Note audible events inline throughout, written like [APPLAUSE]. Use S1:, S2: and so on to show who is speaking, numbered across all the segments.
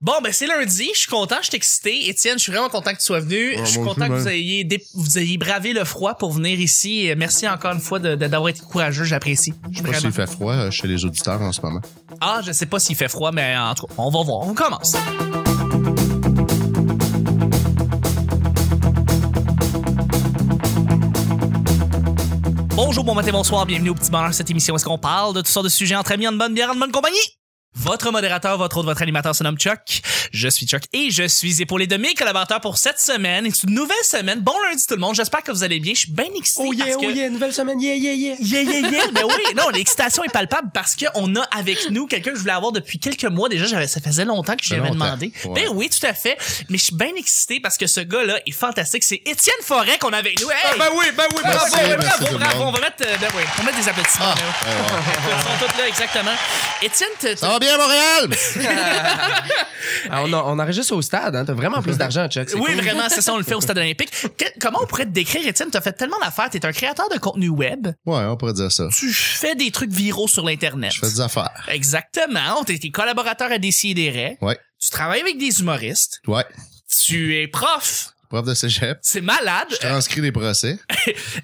S1: Bon, ben c'est lundi, je suis content, je suis excité. Étienne, je suis vraiment content que tu sois venu.
S2: Ah,
S1: je suis
S2: moi
S1: content
S2: aussi,
S1: que
S2: man.
S1: vous ayez, dé- vous ayez bravé le froid pour venir ici. Et Merci encore une fois de- de- d'avoir été courageux, j'apprécie.
S2: Je sais pas
S1: Vraiment.
S2: s'il fait froid euh, chez les auditeurs en ce moment.
S1: Ah, je sais pas s'il fait froid, mais en tout cas, on va voir. On commence. Bonjour, bon matin, bonsoir, bienvenue au Petit Bonheur, cette émission où est-ce qu'on parle de toutes sortes de sujets entre amis, en bonne bière, en bonne compagnie. Votre modérateur, votre autre, votre animateur se nomme Chuck. Je suis Chuck et je suis épaulé de mes collaborateurs pour cette semaine. C'est une nouvelle semaine. Bon lundi tout le monde, j'espère que vous allez bien. Je suis bien excité
S3: Oh yeah,
S1: parce que...
S3: oh yeah, nouvelle semaine, yeah, yeah, yeah.
S1: Yeah, yeah, yeah. Ben oui, non, l'excitation est palpable parce qu'on a avec nous quelqu'un que je voulais avoir depuis quelques mois déjà. J'avais, ça faisait longtemps que je
S2: Ça fait
S1: l'avais
S2: longtemps.
S1: demandé.
S2: Ouais.
S1: Ben oui, tout à fait. Mais je suis bien excité parce que ce gars-là est fantastique. C'est Étienne Forêt qu'on a avec nous. Hey!
S2: oui, ben oui,
S1: Bravo, bravo,
S2: merci
S1: bravo,
S2: tout le monde.
S1: On va mettre, euh, ben oui, on va mettre des applaudissements.
S2: Ah,
S1: Ben oui. [LAUGHS] Ils sont tous là, exactement. Étienne, t'es-
S2: Ça va bien, Montréal?
S3: Ah, on, on enregistre au stade, hein. T'as vraiment plus d'argent, Chuck. c'est
S1: oui,
S3: cool.
S1: vraiment, c'est ça, on le fait au Stade Olympique. Que- comment on pourrait te décrire, Étienne? T'as fait tellement d'affaires. T'es un créateur de contenu web.
S2: [LAUGHS] Ouais, on pourrait dire ça.
S1: Tu fais des trucs viraux sur l'Internet.
S2: Je fais des affaires.
S1: Exactement. T'es, t'es collaborateur à Décideret.
S2: Ouais.
S1: Tu travailles avec des humoristes.
S2: Ouais.
S1: Tu es prof.
S2: Prof de cégep.
S1: C'est malade.
S2: Transcrit des procès.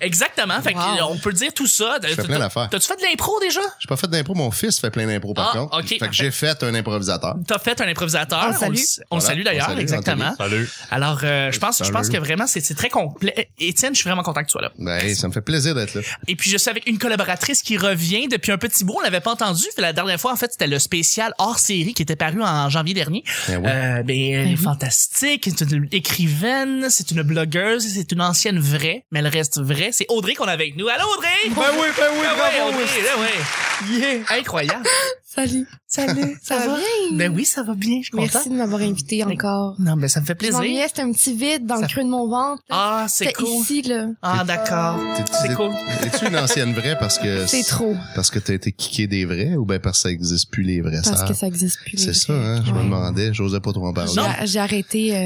S1: Exactement. Fait que,
S4: Wow.
S1: euh, on peut dire tout ça.
S2: Je fais plein d'affaires.
S1: T'as-tu fait de l'impro déjà?
S2: J'ai pas fait d'impro, mon fils fait plein d'impro par
S1: Ah,
S2: contre.
S1: ok,
S2: fait que
S1: parfait.
S2: j'ai fait un improvisateur.
S1: T'as fait un improvisateur.
S4: On le
S1: le
S4: salue.
S1: s- On le
S2: Voilà,
S1: salue
S2: on le
S1: d'ailleurs,
S2: salue,
S1: exactement.
S5: Salut.
S1: Alors, euh, je pense, je
S2: Salut.
S1: pense que vraiment, c'est c'est très complet. Étienne, je suis vraiment content que tu sois là.
S2: Ben, hey, ça me fait plaisir d'être là.
S1: Et puis, je suis avec une collaboratrice qui revient depuis un petit bout. On l'avait pas entendu. La dernière fois, en fait, c'était le spécial hors série qui était paru en janvier dernier.
S3: Ah
S2: Ben oui.
S1: Euh, ben, elle est fantastique, c'est une écrivaine, c'est une blogueuse, c'est une ancienne vraie, mais elle reste vraie. C'est Audrey qu'on a avec nous. Allô, Audrey?
S3: Ben oui, ben oui,
S1: Ah ouais,
S3: bravo.
S1: Audrey, ah ouais.
S3: Yeah.
S1: Incroyable.
S4: Salut.
S1: [LAUGHS]
S4: Salut. Ça, va bien?
S1: ben oui, ça va bien, je suis
S4: Merci
S1: contente.
S4: de m'avoir invité encore.
S1: Non, ben ça me fait
S4: Je
S1: plaisir.
S4: m'ennuyais, c'était un petit vide dans
S1: Ça-
S4: le creux de mon ventre. là.
S1: Ah, c'est
S4: C'était
S1: cool.
S4: ici, là.
S1: Ah, d'accord.
S2: T'es-
S1: C'est
S2: t'es-
S1: cool.
S2: T'es-tu une ancienne vraie parce que
S4: C'est trop.
S2: parce que t'as été kické des vrais ou ben parce que ça existe plus les vrais
S4: Parce
S2: sœurs?
S4: que ça existe plus.
S2: C'est ça, hein? Je me
S4: Ouais.
S2: demandais, j'osais pas trop en parler.
S4: J'ai- J'ai arrêté, euh,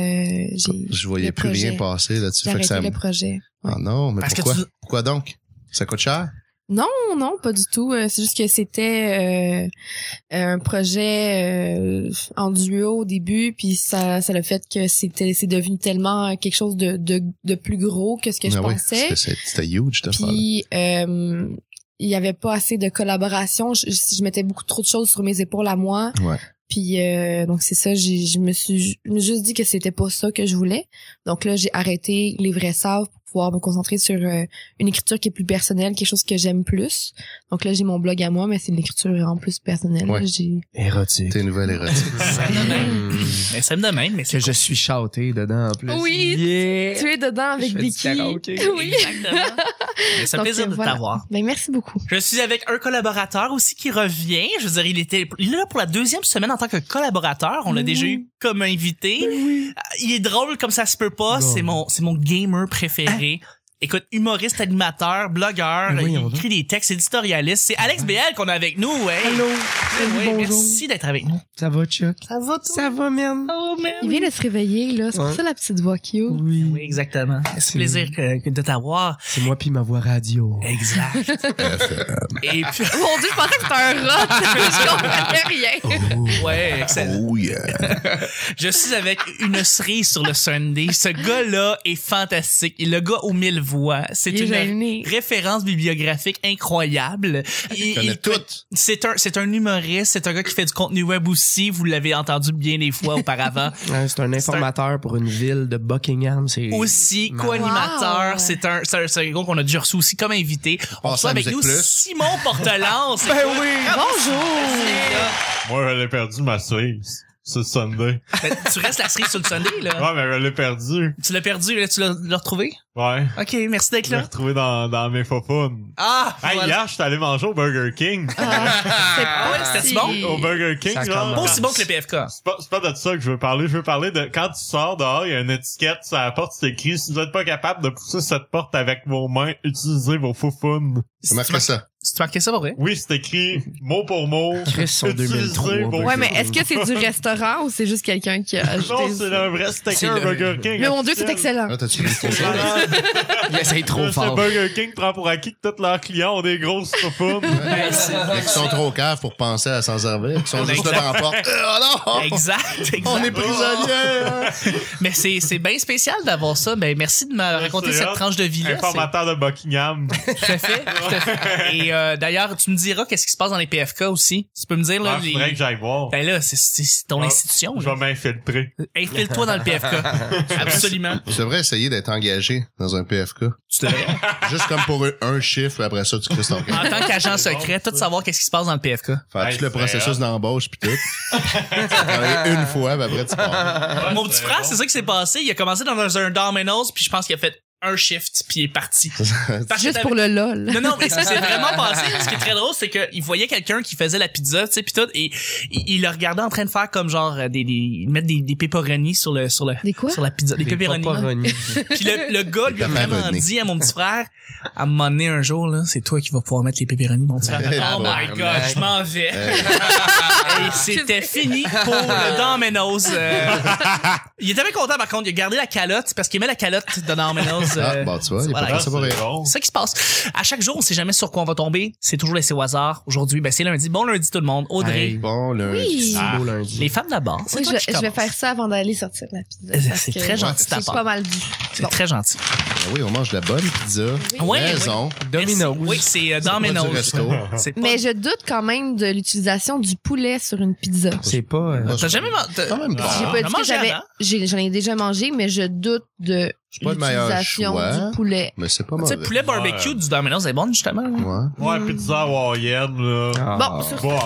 S4: j'ai
S2: Je voyais
S4: le
S2: plus rien
S4: projet.
S2: passer là-dessus.
S4: j'ai
S2: Fait que
S4: arrêté
S2: ça.
S4: le projet.
S2: Ah non, mais
S1: Parce que
S2: pourquoi?
S1: tu-
S2: Pourquoi donc? Ça coûte cher?
S4: Non, non, pas du tout. Euh, C'est juste que c'était euh, un projet euh, en duo au début, puis ça, ça le fait que c'était, c'est devenu tellement quelque chose de, de, de plus gros que ce que je
S2: Ah oui,
S4: pensais.
S2: c'était- C'était huge, cette affaire
S4: Puis euh, il y avait pas assez de collaboration. Je, je- je mettais beaucoup trop de choses sur mes épaules à moi.
S2: Ouais.
S4: Puis euh, donc c'est ça, j'ai- je me suis ju- je me suis juste dit que c'était pas ça que je voulais. Donc là j'ai arrêté les vrais saves pour pouvoir me concentrer sur euh, une écriture qui est plus personnelle, quelque chose que j'aime plus. Donc là j'ai mon blog à moi, mais c'est une écriture en plus personnelle.
S2: Ouais.
S4: J'ai
S3: Érotique.
S2: T'es nouvelle érotique. [LAUGHS]
S1: Ça me demande.
S3: Hmm.
S1: Mais Ben, ça me demande, mais
S3: Que
S1: c'est
S3: je suis shouté dedans, en plus.
S4: Oui,
S3: Yeah.
S4: Tu es dedans avec
S3: Je fais du
S4: Vicky.
S3: karaoké.
S4: [LAUGHS] Oui.
S1: Exactement. Mais ça me
S4: Donc,
S1: plaisir
S4: euh,
S1: de
S4: voilà.
S1: t'avoir.
S4: Ben merci beaucoup.
S1: Je suis avec un collaborateur aussi qui revient. Je veux dire, il était là pour la deuxième semaine en tant que collaborateur. On l'a
S3: Ben
S4: Oui.
S1: déjà eu comme invité. Euh,
S4: Oui.
S1: Il est drôle comme ça se peut pas.
S3: Non. Ah.
S1: C'est mon, c'est mon gamer préféré. Écoute, humoriste, animateur, blogueur,
S3: Ben voyons Ah.
S1: il écrit des textes, éditorialiste. C'est Alex BL qu'on a avec nous. Hey.
S3: Allô.
S1: Ouais,
S3: Salut, bonjour.
S1: merci d'être avec nous.
S3: Ça va, Chuck?
S1: Ça va,
S3: Ça va, man?
S1: Oh,
S4: Il vient de se réveiller là, c'est pour
S3: Ouais.
S4: ça la petite voix cute.
S1: Oui, exactement. C'est
S3: C'est-
S1: un plaisir que- que de t'avoir.
S3: C'est moi puis ma voix radio.
S1: Exact. Et puis,
S3: [LAUGHS]
S4: Mon dieu, je pensais que c'était un rot, [LAUGHS] je comprenais rien.
S5: Oh.
S1: ouais, excellent.
S2: Oh yeah.
S1: Je suis avec une cerise sur le Sunday. Ce gars-là est fantastique. Le gars aux mille voix. C'est
S4: Il est
S1: une
S4: gêné.
S1: référence bibliographique incroyable. Il-
S2: Je connais
S1: il-
S2: toutes.
S1: C'est un, c'est un humoriste, c'est un gars qui fait du contenu web aussi. Vous l'avez entendu bien des fois auparavant.
S2: [LAUGHS]
S3: Ouais, Hein, c'est un informateur pour une ville de Buckingham. C'est
S1: aussi,
S3: Wow.
S1: co-animateur, c'est un, c'est un, c'est un gars qu'on a déjà reçu aussi comme invité. On
S2: Passe
S1: soit
S2: à
S1: avec
S2: Musique
S1: nous
S2: Plus.
S1: Simon
S2: [LAUGHS]
S1: Portelance. ben oui. Bonjour.
S5: Moi, je l'ai perdu ma cerise. C'est Sunday.
S1: Ben, tu restes la cerise sur le Sunday, là.
S5: Ouais, mais je l'ai perdu.
S1: Tu l'as perdu, là, tu l'as l'as retrouvé?
S5: Ouais.
S1: Ok, merci d'être
S5: Je l'ai
S1: là.
S5: retrouvé dans, dans mes fofounes.
S1: Ah!
S5: Hey,
S1: voilà.
S5: hier, je suis allé manger au Burger King.
S1: Ah ouais, c'était-tu bon?
S5: Au Burger King,
S3: Ça
S5: genre.
S3: commence.
S1: Pas aussi bon que le PFK.
S5: C'est pas, c'est pas de ça que je veux parler. Je veux parler de quand tu sors dehors, il y a une étiquette sur la porte, c'est écrit si vous n'êtes pas capable de pousser cette porte avec vos mains, utilisez vos foufounes.
S2: Comment que ça?
S1: C'est marqué ça pour vrai?
S5: Oui, c'est écrit mot pour mot.
S3: Chris, en
S5: Utiliser
S3: 2003,
S5: vos-
S3: ben,
S4: Ouais, mais est-ce que c'est du restaurant ou c'est juste quelqu'un qui a
S5: Non,
S4: ajouté
S5: c'est
S4: ça?
S5: un vrai
S3: C'est
S5: steak, un
S3: le-
S5: Burger King.
S4: Mais mon dieu, c'est
S5: officiel.
S4: excellent.
S2: Ah, t'as-tu mis ton
S5: C'est
S1: [LAUGHS]
S2: char?
S5: malade.
S3: Il essaye trop
S5: Ce
S3: fort.
S5: Burger King prend pour acquis que tous leurs clients ont des grosses soupes.
S1: Ben,
S2: Ils sont trop caves pour penser à s'en servir. Ils sont juste là dans
S1: [LAUGHS]
S2: la porte. Euh, oh non!
S1: Exact, exact.
S2: On est prisonniers!
S1: Oh. Mais c'est, c'est bien spécial d'avoir ça. Ben, merci de me raconter
S5: c'est
S1: cette
S5: hot.
S1: tranche de vie-là. C'est-
S5: Informateur de Buckingham.
S1: Tout à fait, tout à
S5: [LAUGHS]
S1: fait. Et euh, d'ailleurs, tu me diras qu'est-ce qui se passe dans les PFK aussi. Tu peux me dire, là,
S5: Ah,
S1: les-
S5: faudrait que j'aille voir.
S1: Ben là, c'est, c'est- c'est ton
S5: Ah,
S1: institution.
S5: Je
S1: là.
S5: vais m'infiltrer.
S1: Infile-toi dans le
S5: [LAUGHS]
S1: PFK. Absolument.
S2: Tu devrais essayer d'être engagé dans un PFK.
S1: Tu devrais.
S2: Juste comme pour eux, un chiffre, puis après ça, tu crisses ton camp.
S1: En tant qu'agent
S5: C'est bon,
S1: secret, tout
S5: ça.
S1: savoir qu'est-ce qui se passe dans le PFK.
S2: Faire
S5: Hey,
S2: tout le
S5: c'est
S2: processus
S5: hot.
S2: d'embauche, puis tout.
S1: [LAUGHS]
S2: Tu travailles une fois, puis après, tu pars.
S1: Mon petit frère, Ah, c'est ça qui s'est passé. Il a commencé dans un Domino's, puis je pense qu'il a fait un shift, puis il est parti. Parce que
S4: Juste pour le LOL.
S1: Non, non, mais ça s'est [LAUGHS] vraiment passé. Ce qui est très drôle, c'est qu'il voyait quelqu'un qui faisait la pizza, tu sais, puis tout, et il, il le regardait en train de faire comme genre euh, des, des mettre des, des pepperoni sur le sur le
S4: Des quoi?
S1: sur la pizza, des pepperoni.
S3: pepperonis.
S1: Puis le, le gars lui a
S2: Des
S1: vraiment
S2: pepperoni.
S1: dit à mon petit frère, à un moment donné un jour là, c'est toi qui vas pouvoir mettre les pepperoni, mon petit
S2: Eh,
S1: frère. Oh my god, je m'en vais. [LAUGHS] Et c'était fini pour le Domino's. euh. Il était bien content par contre, il a gardé la calotte parce qu'il aimait la calotte de Domino's.
S2: Ah,
S1: euh.
S2: bon, tu vois, il est
S1: Voilà.
S2: pas
S5: Ah,
S2: ça pour rien.
S5: c'est bon.
S1: C'est ça qui se passe. À chaque jour, on sait jamais sur quoi on va tomber. C'est toujours laissé au hasard. Aujourd'hui, ben, c'est lundi. Bon lundi tout le monde. Audrey,
S3: Hey,
S2: Bon, lundi.
S4: Oui.
S5: Ah.
S3: beau lundi.
S1: les femmes d'abord. C'est
S4: Oui,
S1: toi
S4: je, vais-
S1: qui
S4: je vais
S1: commence.
S4: faire ça avant d'aller sortir la pizza.
S1: C'est
S4: parce que
S1: très gentil de ta
S4: C'est
S1: part.
S4: pas mal dit.
S1: C'est
S4: Bon.
S1: très gentil.
S2: Ah oui, on mange de la bonne pizza.
S1: Ouais,
S2: Maison.
S3: Domino's.
S1: Merci. Oui, c'est euh,
S2: Pas du
S1: Domino's.
S2: resto.
S1: C'est pas-
S4: Mais je doute quand même de l'utilisation du poulet sur une pizza.
S3: C'est pas. euh,
S2: Pas
S1: T'as
S2: sûr.
S1: jamais Ah. man- t'as-
S2: Quand même pas.
S1: Ah.
S4: J'ai
S1: on a
S4: pas dit que
S1: mangé
S4: j'avais.
S1: avant.
S4: j'ai- J'en ai déjà mangé, mais je doute de
S2: pas le meilleur
S4: l'utilisation
S2: choix.
S4: du poulet.
S2: Mais c'est pas
S1: Tu sais,
S2: mauvais.
S1: poulet barbecue
S5: Ouais.
S1: du Domino's est bon, justement.
S2: Ouais.
S5: Ouais, pizza
S1: Mm.
S5: hawaïenne, là.
S3: ah.
S4: Bon, sur
S5: Bon.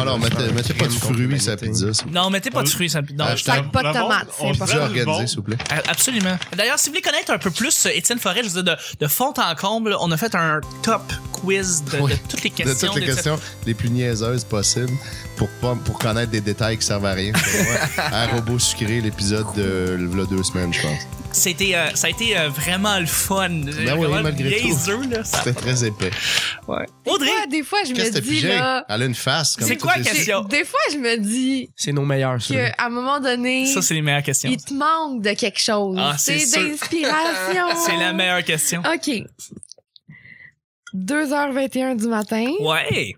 S2: Alors, Ah mettez, mettez pas de fruits sur la pizza. s'il vous plaît.
S1: Non, mettez pas de fruits. Ça... non.
S5: euh,
S2: Ah, je
S4: Fait que pas de
S5: Le monde,
S4: tomates, c'est
S5: on se
S2: Pizza
S4: important.
S5: prend du
S2: organisée,
S5: monde.
S2: s'il vous plaît.
S1: A- Absolument. D'ailleurs, si vous voulez connaître un peu plus euh, Étienne Forêt, je veux dire, de, de fond en comble, on a fait un top quiz de, de
S2: Oui.
S1: toutes les
S2: De
S1: questions.
S2: toutes les
S1: d'Étienne-
S2: questions les plus niaiseuses possibles pour, pas- pour connaître des détails qui servent à rien. Ouais. Un robot sucré, l'épisode de v'là deux semaines, je pense.
S1: C'était, euh, ça a été euh, vraiment le fun.
S2: Ben
S1: Euh,
S2: oui, malgré tout.
S1: Niaiseux, là, ça-
S2: C'était très épais.
S1: Audrey,
S4: Ouais, des fois, je
S2: Qu'est-ce que
S4: me
S2: t'as
S4: dis,
S2: pigé?
S4: là.
S2: Elle a une face. comme
S1: C'est
S2: toutes
S1: quoi
S2: les-
S1: la question?
S4: j'ai- Des fois, je me dis
S3: C'est nos meilleurs. ceux-là.
S4: qu'à un moment donné,
S1: ça, c'est les meilleures questions.
S4: il te manque de quelque chose.
S1: Ah, c'est
S4: c'est
S1: sûr.
S4: d'inspiration.
S1: [LAUGHS] C'est la meilleure question.
S4: OK. 2h21 du matin,
S1: Ouais.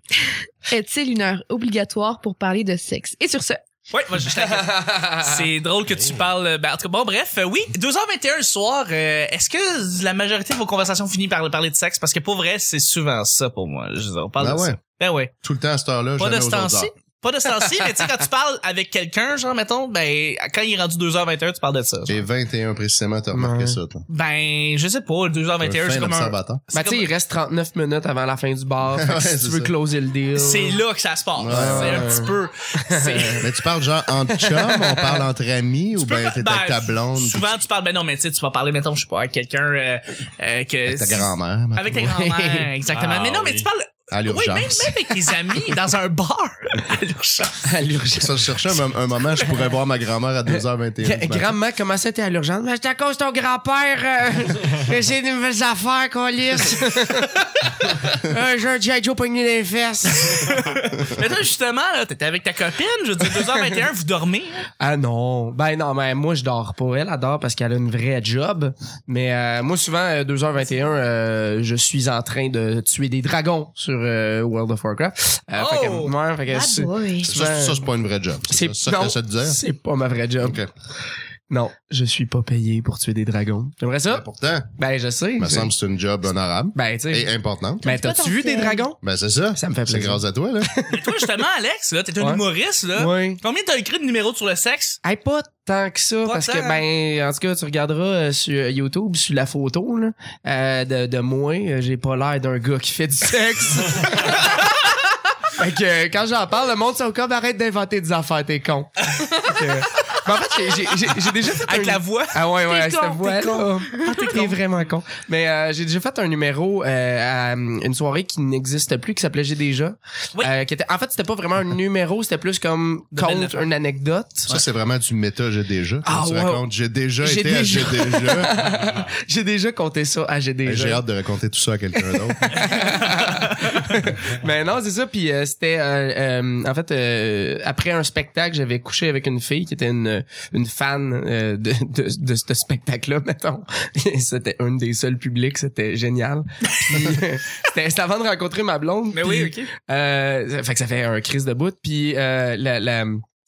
S4: est-il une heure obligatoire pour parler de sexe? Et sur ce,
S1: Ouais, moi, je je t'inquiète.
S3: [LAUGHS]
S1: C'est drôle que tu parles. Ben, en tout cas, bon, bref, euh, oui, 2h21 le soir, euh, est-ce que la majorité de vos conversations finit par parler de sexe? Parce que pour vrai, c'est souvent ça pour moi. Je veux dire, on parle
S2: Ben
S1: de
S2: ouais.
S1: ça. Ben ouais.
S2: Tout le temps à cette heure-là,
S1: Pas de ce
S2: jamais aux autres
S1: temps-ci.
S2: heures.
S1: Pas de ce temps-ci, mais tu sais, quand tu parles avec quelqu'un, genre, mettons, ben, quand il est rendu 2h21, tu parles de ça.
S2: Et 21 précisément, t'as remarqué
S3: Ouais.
S2: ça, toi.
S1: Ben, je sais pas, 2h21,
S2: Fin
S1: c'est comme un...
S2: d'observateur.
S1: c'est
S3: Bah, tu sais,
S1: comme-
S3: il reste 39 minutes avant la fin du [LAUGHS] bar. Fait que
S2: Ouais,
S3: si
S2: c'est
S3: tu veux
S2: ça.
S3: closer le deal.
S1: C'est là que ça se passe.
S2: Ouais,
S1: c'est un
S3: ouais,
S1: petit peu.
S2: [LAUGHS]
S1: c'est-
S2: Mais tu parles genre entre chums, on parle entre amis, ou
S1: Tu peux
S2: ben
S1: pas-
S2: t'es
S1: ben,
S2: avec ta blonde, puis
S1: Souvent, tu parles, ben non, mais tu sais, tu vas parler, mettons, je sais pas, avec quelqu'un euh, euh, que.
S2: avec ta grand-mère.
S1: Avec ta
S2: mettons.
S1: grand-mère, exactement.
S5: Ah,
S1: mais non, mais
S5: oui.
S1: tu parles.
S2: À
S1: Oui, même,
S2: l'urgence.
S1: même avec tes amis, dans un bar. [LAUGHS] À l'urgence.
S3: [LAUGHS] à [LAUGHS] l'urgence.
S2: Ça, je cherchais un, un moment, je pourrais voir ma grand-mère à 2h21.
S3: Gra- Grand-mère, comment ça, t'es à l'urgence? Mais c'est à cause de ton grand-père. [LAUGHS] euh, J'ai des nouvelles affaires, [LAUGHS] Colis. euh, J'ai un G.I. Joe pogné dans les fesses.
S1: mais toi, justement, là, t'étais avec ta copine, je veux dire, 2h21, vous dormez. hein.
S3: Ah non. Ben non, mais moi, je dors pas. Elle adore parce qu'elle a une vraie job. Mais euh, moi, souvent, euh, 2h21, euh, je suis en train de tuer des dragons sur euh, World of Warcraft. Euh, fait que-
S1: Oh!
S3: ouais, fait que
S4: bad
S3: c'est-
S4: boy.
S2: Ça, ça, c'est pas une vraie job. C'est ça ça
S3: non,
S2: que ça te dire?
S3: C'est pas ma vraie job.
S2: Ok.
S3: Non, je suis pas payé pour tuer des dragons. J'aimerais
S2: Mais
S3: ça?
S2: pourtant,
S3: Ben, je sais.
S2: il me semble que c'est une job honorable
S3: Ben, tu
S2: et
S3: sais.
S2: importante.
S3: Ben,
S4: Pas
S3: t'as-tu
S4: tant
S3: vu
S4: que-
S3: des dragons?
S2: Ben, c'est ça.
S3: Ça me fait
S2: C'est
S3: plaisir.
S2: grâce à toi, là.
S1: Mais toi, justement, Alex, là, t'es un
S3: Ouais.
S1: humoriste, là.
S3: Oui.
S1: Combien t'as écrit de numéros sur le sexe?
S3: Hey, pas tant que ça,
S1: Pas
S3: parce
S1: tant,
S3: que, ben, en tout cas, tu regarderas euh, sur YouTube, sur la photo, là, euh, de, de moi, euh, j'ai pas l'air d'un gars qui fait du [LAUGHS] sexe. fait que, euh, quand j'en parle, le monde, c'est comme, arrête d'inventer des affaires, t'es con. Fait que, ben, en fait, j'ai- j'ai- j'ai- j'ai déjà fait
S1: Avec
S3: un-
S1: la voix.
S3: Ah ouais, ouais,
S4: T'es
S3: c'était
S4: con,
S3: voilà. Ah, T'es vraiment con. Mais euh, j'ai déjà fait un numéro euh, à hum, une soirée qui n'existe plus, qui s'appelait J'ai déjà.
S1: Oui.
S3: Euh, qui était, en fait, c'était pas vraiment un numéro, c'était plus comme
S1: De belles
S3: compte
S1: affaires.
S3: une anecdote.
S2: Ça, c'est vraiment du méta, j'ai déjà.
S3: Ah,
S2: tu
S3: ouais.
S2: racontes, j'ai déjà
S3: J'ai
S2: été à
S3: déjà.
S2: j'ai
S3: [LAUGHS]
S2: déjà.
S3: [LAUGHS]
S2: Ben,
S3: J'ai déjà compté ça à J'ai
S2: Hey,
S3: déjà. [LAUGHS]
S2: J'ai hâte de raconter tout ça à quelqu'un d'autre.
S3: Mais non, c'est ça. Puis euh, c'était, euh, euh, en fait, euh, après un spectacle, j'avais couché avec une fille qui était une, une fan euh, de, de, de ce spectacle-là, mettons. Et c'était un des seuls publics, c'était génial. Puis, [LAUGHS] euh, c'était c'était avant de rencontrer ma blonde.
S1: Mais
S3: puis,
S1: oui, ok.
S3: euh, ça fait que ça fait un crise de bout. Puis euh, la, la-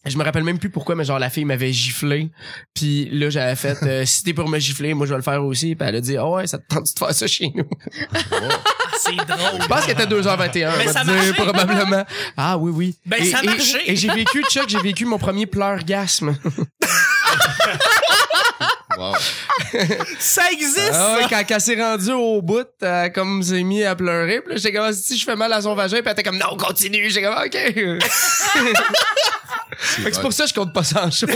S3: je me rappelle même plus pourquoi, mais genre la fille m'avait giflé. Puis là, j'avais fait euh, si t'es pour me gifler, moi je vais le faire aussi. Puis elle a dit Ah ouais, ça te tente de faire ça chez nous.
S1: Ah, C'est drôle.
S3: Je pense qu'elle était 2h21.
S1: Mais
S3: on va
S1: ça
S3: dire,
S1: marchait.
S3: probablement. Ah oui, oui.
S1: Ben,
S3: et,
S1: ça
S3: et-
S1: marchait.
S3: Et, j'ai vécu, Chuck, j'ai vécu mon premier
S1: [LAUGHS]
S3: pleurgasme.
S2: Wow.
S1: Ça existe!
S3: Ah
S1: ça!
S3: ouais, quand, elle s'est rendue au bout, euh, comme s'est mis à pleurer, puis là, j'étais comme si je fais mal à son vagin, puis elle était comme non, continue. J'ai comme
S1: [LAUGHS]
S3: ok. fait que c'est pour ça que je compte pas ça en show.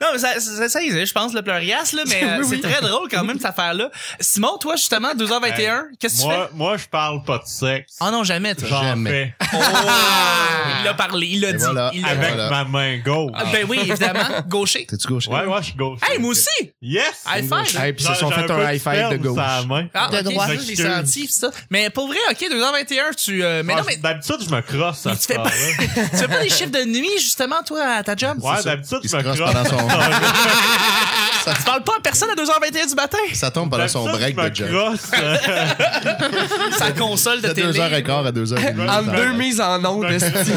S1: Non, mais ça, ça, ça existe, je pense, le pleurias, là, mais euh,
S3: Oui,
S1: c'est
S3: oui.
S1: très drôle quand même, cette affaire-là. Simon, toi, justement, 2h21, qu'est-ce que tu fais?
S5: Moi, moi, je parle pas de sexe.
S1: Ah non, jamais, toi.
S5: J'en
S2: jamais.
S5: fais
S1: Oh, il l'a parlé, il l'a
S2: Et
S1: dit.
S2: voilà.
S1: il l'a
S5: avec
S1: dit.
S2: Voilà.
S5: ma main gauche.
S1: Ah, Ben oui, évidemment, gaucher.
S2: T'es-tu gaucher?
S5: Ouais, ouais, je suis gauche.
S1: Hey, moi aussi!
S5: Yes!
S1: High five!
S3: Hey, puis ils se sont
S5: J'ai
S3: fait
S5: peu
S3: un high five de
S5: sperme
S3: gauche.
S5: sur la main.
S1: Ah,
S4: De
S1: ok,
S4: droite.
S1: ça, je l'ai
S5: Excuse.
S1: senti, pis ça. Mais pour vrai, ok, 2h21, tu. euh, mais
S5: Ah,
S1: non, mais
S5: D'habitude, je me crosse
S1: Mais
S5: à
S1: tu
S5: ce
S1: fais pas- [LAUGHS]
S5: soir-là.
S1: tu fais pas des chiffres de nuit, justement, toi, à ta job?
S5: Ouais, ben,
S2: C'est ça.
S5: d'habitude,
S2: Il
S5: je
S2: se
S5: me
S2: crosse
S5: crosse.
S2: pendant son,
S5: [LAUGHS]
S1: Tu parles pas à personne à 2h21 du [LAUGHS] matin?
S2: ça tombe pendant son break
S5: D'habitude,
S2: de
S5: je me
S2: job.
S5: crosse, euh,
S1: [LAUGHS] Sa console
S2: De
S1: de télé.
S2: 2h15 à 2h30.
S3: en deux mises en ondes. esti.
S1: [LAUGHS]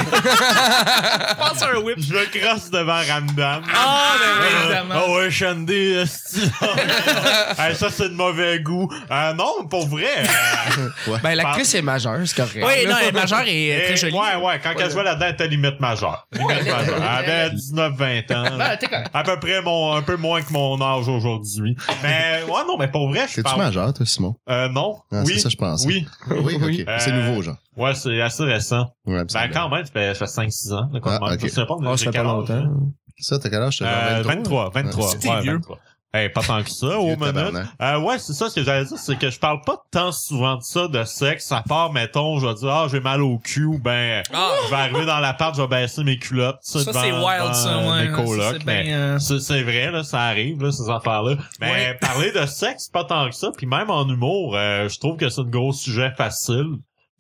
S1: Passe un whip.
S5: Je me crosse devant Ramdam.
S1: Ah, ben oui,
S5: Euh,
S1: évidemment.
S5: Ah ouais, Shandy, esti. [LAUGHS] Hey, ça c'est de mauvais goût. Euh, non, pour vrai. euh,
S3: Ben, l'actrice est majeure, c'est correct.
S1: Oui, non, elle est
S3: [LAUGHS]
S1: majeure et euh,
S5: eh,
S1: très jolie.
S5: Ouais, ouais, quand elle se voit là-dedans, elle était limite majeure. Limite majeure. Elle avait 19-20 ans.
S1: Ben, t'es correct.
S5: À peu près mon, un peu moins que mon âge aujourd'hui. Mais, ouais, non, mais pour vrai, je
S2: T'es-tu
S5: parle.
S2: majeur, toi, Simon?
S5: Euh, non.
S2: Ah,
S5: oui.
S2: c'est ça, je pensais.
S5: Oui.
S2: Oui, ok. C'est
S5: Euh,
S2: nouveau, genre.
S5: Ouais, c'est assez récent.
S2: Ouais,
S5: Ben,
S2: absolument.
S5: quand même, ça fait, ça fait 5-6 ans, là, qu'on
S2: Ah,
S5: demande.
S2: ok.
S5: Je sais pas, mais
S3: Oh, ça
S5: j'ai
S3: fait pas
S5: quel âge,
S3: longtemps.
S5: là?
S2: Ça, t'as quel âge? t'as
S5: Euh,
S2: genre
S5: 23, 23.
S1: C'est
S5: ouais,
S1: vieux.
S5: 23. Eh, pas tant que ça,
S2: [LAUGHS] hein? Vieux
S5: au minute.
S2: tabarnak.
S5: Euh, ouais, c'est ça ce que j'allais dire, c'est que je parle pas tant souvent de ça, de sexe, à part, mettons, je vais dire, ah, j'ai mal au cul, ou ben,
S1: Ah.
S5: je vais arriver dans l'appart, je vais baisser mes culottes, ça,
S1: Ça,
S5: devant-
S1: c'est wild, ça,
S5: devant
S1: ouais.
S5: mes
S1: ouais, ça,
S5: colocs,
S1: c'est
S5: mais
S1: bien, euh,
S5: c'est c'est vrai, là, ça arrive, là, ces affaires-là. Mais
S1: Ouais. [LAUGHS]
S5: parler de sexe, pas tant que ça, puis même en humour, euh, je trouve que c'est un gros sujet facile.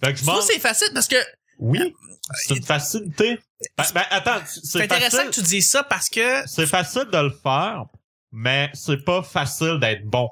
S5: Fait que je
S1: Je
S5: m'en...
S1: trouve que c'est facile parce que
S5: Oui, c'est une facilité. Ben, ben, attends, c'est
S1: c'est intéressant
S5: facile-
S1: que tu dis ça parce que
S5: c'est facile de le faire, mais c'est pas facile d'être Ah, bon.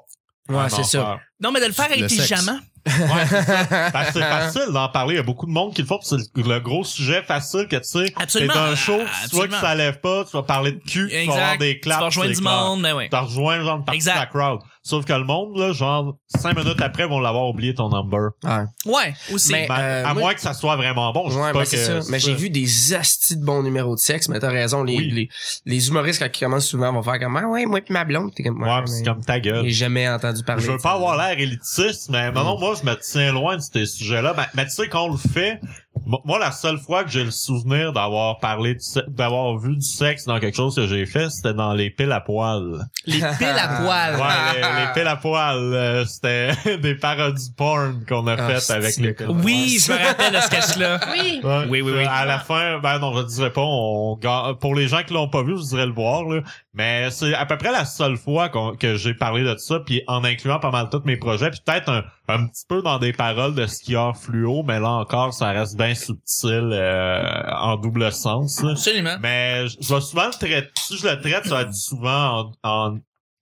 S3: Ouais,
S5: à
S3: c'est
S5: en
S3: ça.
S5: faire.
S1: non mais de le faire
S2: Le sexe.
S1: intelligemment.
S5: Ouais, c'est ça.
S3: [LAUGHS]
S5: Parce que c'est facile d'en parler. Il y a beaucoup de monde qui le font. puis C'est le, le gros sujet facile que tu sais.
S1: Absolument.
S5: T'es dans un show,
S1: Ah,
S5: tu vois que
S1: absolument.
S5: ça lève pas, tu vas parler de cul, tu vas avoir des
S1: tu
S5: claps.
S1: vas rejoindre
S5: c'est
S1: du
S5: clair.
S1: monde, mais ouais.
S5: Tu rejoins genre une partie
S1: Exact.
S5: de la crowd. Sauf que le monde, là, genre, cinq minutes après, vont l'avoir oublié ton number.
S3: Ouais.
S1: Ouais, aussi.
S3: Mais-
S5: Ben,
S3: Euh,
S5: à
S3: moi-
S5: moins que ça soit vraiment bon. Je dis
S3: Ouais,
S5: pas
S3: mais
S5: que
S3: c'est ça. Mais j'ai vu des astis de bons numéros de sexe, mais t'as raison, les,
S5: Oui.
S3: les, les humoristes, quand ils commencent souvent, vont faire comme, ah ouais, moi pis ma blonde, t'es comme,
S5: Ouais, puis c'est
S3: mais
S5: comme ta gueule.
S3: J'ai jamais entendu parler.
S5: Je veux
S3: de
S5: pas
S3: ça. [LAUGHS]
S5: avoir l'air élitiste, mais
S3: Mm.
S5: non, non, moi, je me tiens loin de ces sujets-là. Ben, Mais, mais tu sais, qu'on le fait, mo- moi, la seule fois que j'ai le souvenir d'avoir parlé, du se- d'avoir vu du sexe dans quelque chose que j'ai fait, c'était dans les piles à poil.
S1: les piles à poil.
S3: Ah.
S5: Ouais, les, les piles à poil, euh, c'était [LAUGHS] des parodies porn qu'on a
S3: Ah,
S5: faites
S3: c'est
S5: avec
S3: le
S5: les piles.
S3: con.
S1: Oui, je me rappelle de ce sketch-là.
S4: Oui.
S5: Ouais,
S1: Oui, oui, oui.
S5: À la fin, ben non, je dirais pas. On, ga- pour les gens qui l'ont pas vu, je dirais le voir. Là. Mais c'est à peu près la seule fois qu'on- que j'ai parlé de ça, puis en incluant pas mal tous mes projets, puis peut-être un, un petit peu dans des paroles de skieur fluo, mais là encore, ça reste bien subtil euh, en double sens. là.
S1: Absolument.
S5: Mais je je vais souvent le traiter. Si je le traite, ça va être souvent en, en-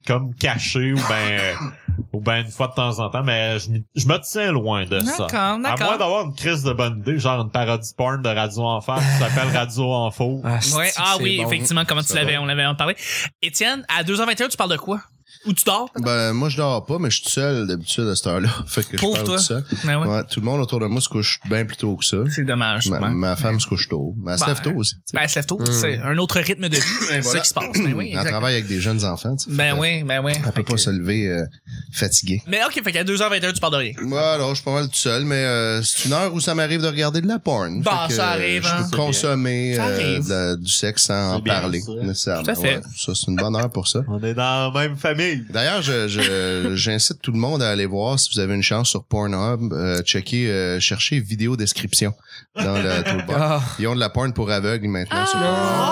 S5: comme caché ou ben ou ben une fois de temps en temps. Mais je, m'y- je me tiens loin de ça.
S1: D'accord,
S5: À moins
S1: d'accord.
S5: d'avoir une crise de bonne idée, genre une parodie porn de Radio Enfer qui s'appelle Radio Enfo.
S3: Ah, c'est-
S1: Ouais, ah
S3: c'est
S1: oui,
S3: bon.
S1: effectivement, comment tu
S2: Ça
S1: l'avais,
S2: va.
S1: on l'avait en parlé. Étienne, à 2h21, tu parles de quoi? Ou tu dors?
S2: Ben, moi, je dors pas, mais je suis tout seul d'habitude à cette heure-là. [LAUGHS] Fait que
S1: Pauvre
S2: je parle
S1: toi.
S2: tout seul.
S1: Ben ouais.
S2: Ouais, tout le monde autour de moi se couche bien plus tôt que ça.
S1: C'est dommage.
S2: Ma,
S1: Ben,
S2: ma femme se couche tôt. Mais elle se
S1: Ben,
S2: lève tôt aussi. tu sais.
S1: elle se lève tôt. C'est un autre rythme de vie. C'est ça
S2: voilà.
S1: qui se passe. Ben
S2: [CLEARS THROAT]
S1: oui,
S2: elle
S1: exact.
S2: travaille avec des jeunes enfants. tu sais.
S1: Ben
S2: Fait que
S1: oui, ben oui.
S2: Elle peut pas se lever euh, fatiguée.
S1: Mais ok, fait qu'à 2h21, tu parles de rien.
S2: Moi, alors, je suis pas mal tout seul, mais euh, c'est une heure où ça m'arrive de regarder de la porn.
S1: Bah,
S2: Fait que,
S1: ça
S2: euh,
S1: arrive, hein.
S2: Je peux consommer
S1: Ça
S2: euh,
S1: arrive.
S2: de la- du sexe sans en
S5: C'est bien
S2: parler,
S5: ça.
S2: nécessairement.
S1: Tout à fait.
S2: Ouais, ça, c'est une bonne heure pour ça.
S5: On est dans la même famille.
S2: D'ailleurs,
S1: [LAUGHS]
S2: je, je- j'incite tout le monde à aller voir si vous avez une chance sur Pornhub, euh, checker, euh, chercher vidéo description dans le toolbar.
S3: Ah.
S2: Ils ont de la porn pour aveugles
S1: Ah!
S2: maintenant sur Pornhub,
S1: Oh!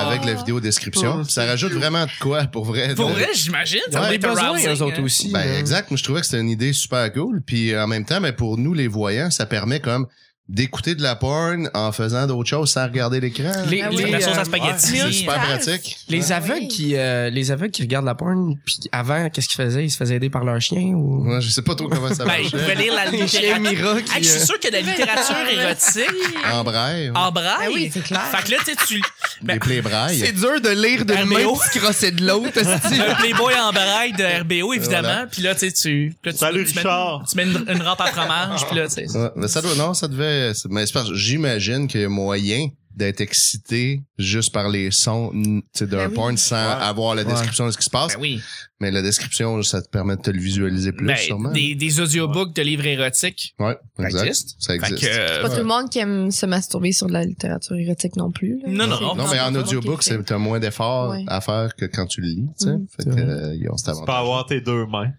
S2: Ah! avec
S5: Oh,
S2: la vidéo description. Ça rajoute vraiment de quoi pour vrai.
S1: Pour
S2: Donc,
S1: vrai, j'imagine.
S3: Ils
S1: Ça
S3: ont
S1: doit
S3: des
S1: être
S3: besoins,
S1: arousing,
S3: eux autres
S1: hein.
S3: aussi.
S2: Ben,
S3: là.
S2: exact. Moi, je trouvais que c'était une idée super cool. Puis en même temps, mais pour nous, les voyants, ça permet comme d'écouter de la porn en faisant d'autres choses sans regarder l'écran.
S3: Les-
S4: Ah
S1: De
S3: les,
S1: la sauce
S3: euh,
S1: à spaghetti.
S2: C'est super
S4: Ah,
S2: pratique.
S3: Les
S4: Ah,
S3: aveugles
S4: oui.
S3: qui euh, les aveugles qui regardent la porn puis avant qu'est-ce qu'ils faisaient ils se faisaient aider par leur chien ou
S2: Moi, je sais pas trop comment ça
S1: Ben, ils pouvaient
S2: marchait.
S1: lire la
S3: les chiens
S1: littérature.
S3: Mira qui
S1: Hey, je suis
S3: euh,
S1: sûr que la littérature érotique
S2: En braille.
S1: en
S4: Ah
S1: braille.
S4: oui, c'est clair.
S1: Fait que là, tu sais, tu
S2: Des plaies braille.
S3: c'est dur de lire de
S1: RBO.
S3: main puis se crosser de l'autre hostie.
S1: un Playboy en braille de RBO, évidemment. Puis là, tu sais, tu. là, tu-
S5: Salut,
S1: tu mets-
S5: Richard.
S1: Tu mets une, une rampe à fromage, puis là, tu sais.
S2: Ouais, mais ça doit, non, ça devait, c'est- mais c'est parce que j'imagine qu'il y a moyen d'être excité juste par les sons n- tu sais, d'un
S4: Ben oui.
S2: porn sans
S5: Ouais.
S2: avoir la
S3: Ouais.
S2: description de ce qui se passe.
S1: Ben oui.
S2: Mais la description, ça te permet de te le visualiser plus,
S1: Ben,
S2: sûrement.
S1: des, des audiobooks de livres érotiques.
S2: Ouais,
S1: Ça
S2: exact.
S1: existe.
S2: Ça
S1: Fait
S2: existe.
S1: que, euh,
S4: Pas tout le monde qui aime se masturber sur de la littérature érotique non plus. là.
S1: Non, non,
S4: C'est
S1: non.
S2: Non, mais en
S4: vraiment
S2: audiobook,
S4: quelqu'un.
S2: c'est t'as moins d'efforts
S4: Ouais.
S2: à faire que quand tu le lis, tu sais.
S4: Mm.
S2: Fait
S3: C'est
S2: que,
S3: vrai.
S2: euh, ils ont cet
S5: Tu peux
S2: avantage.
S5: avoir tes deux mains.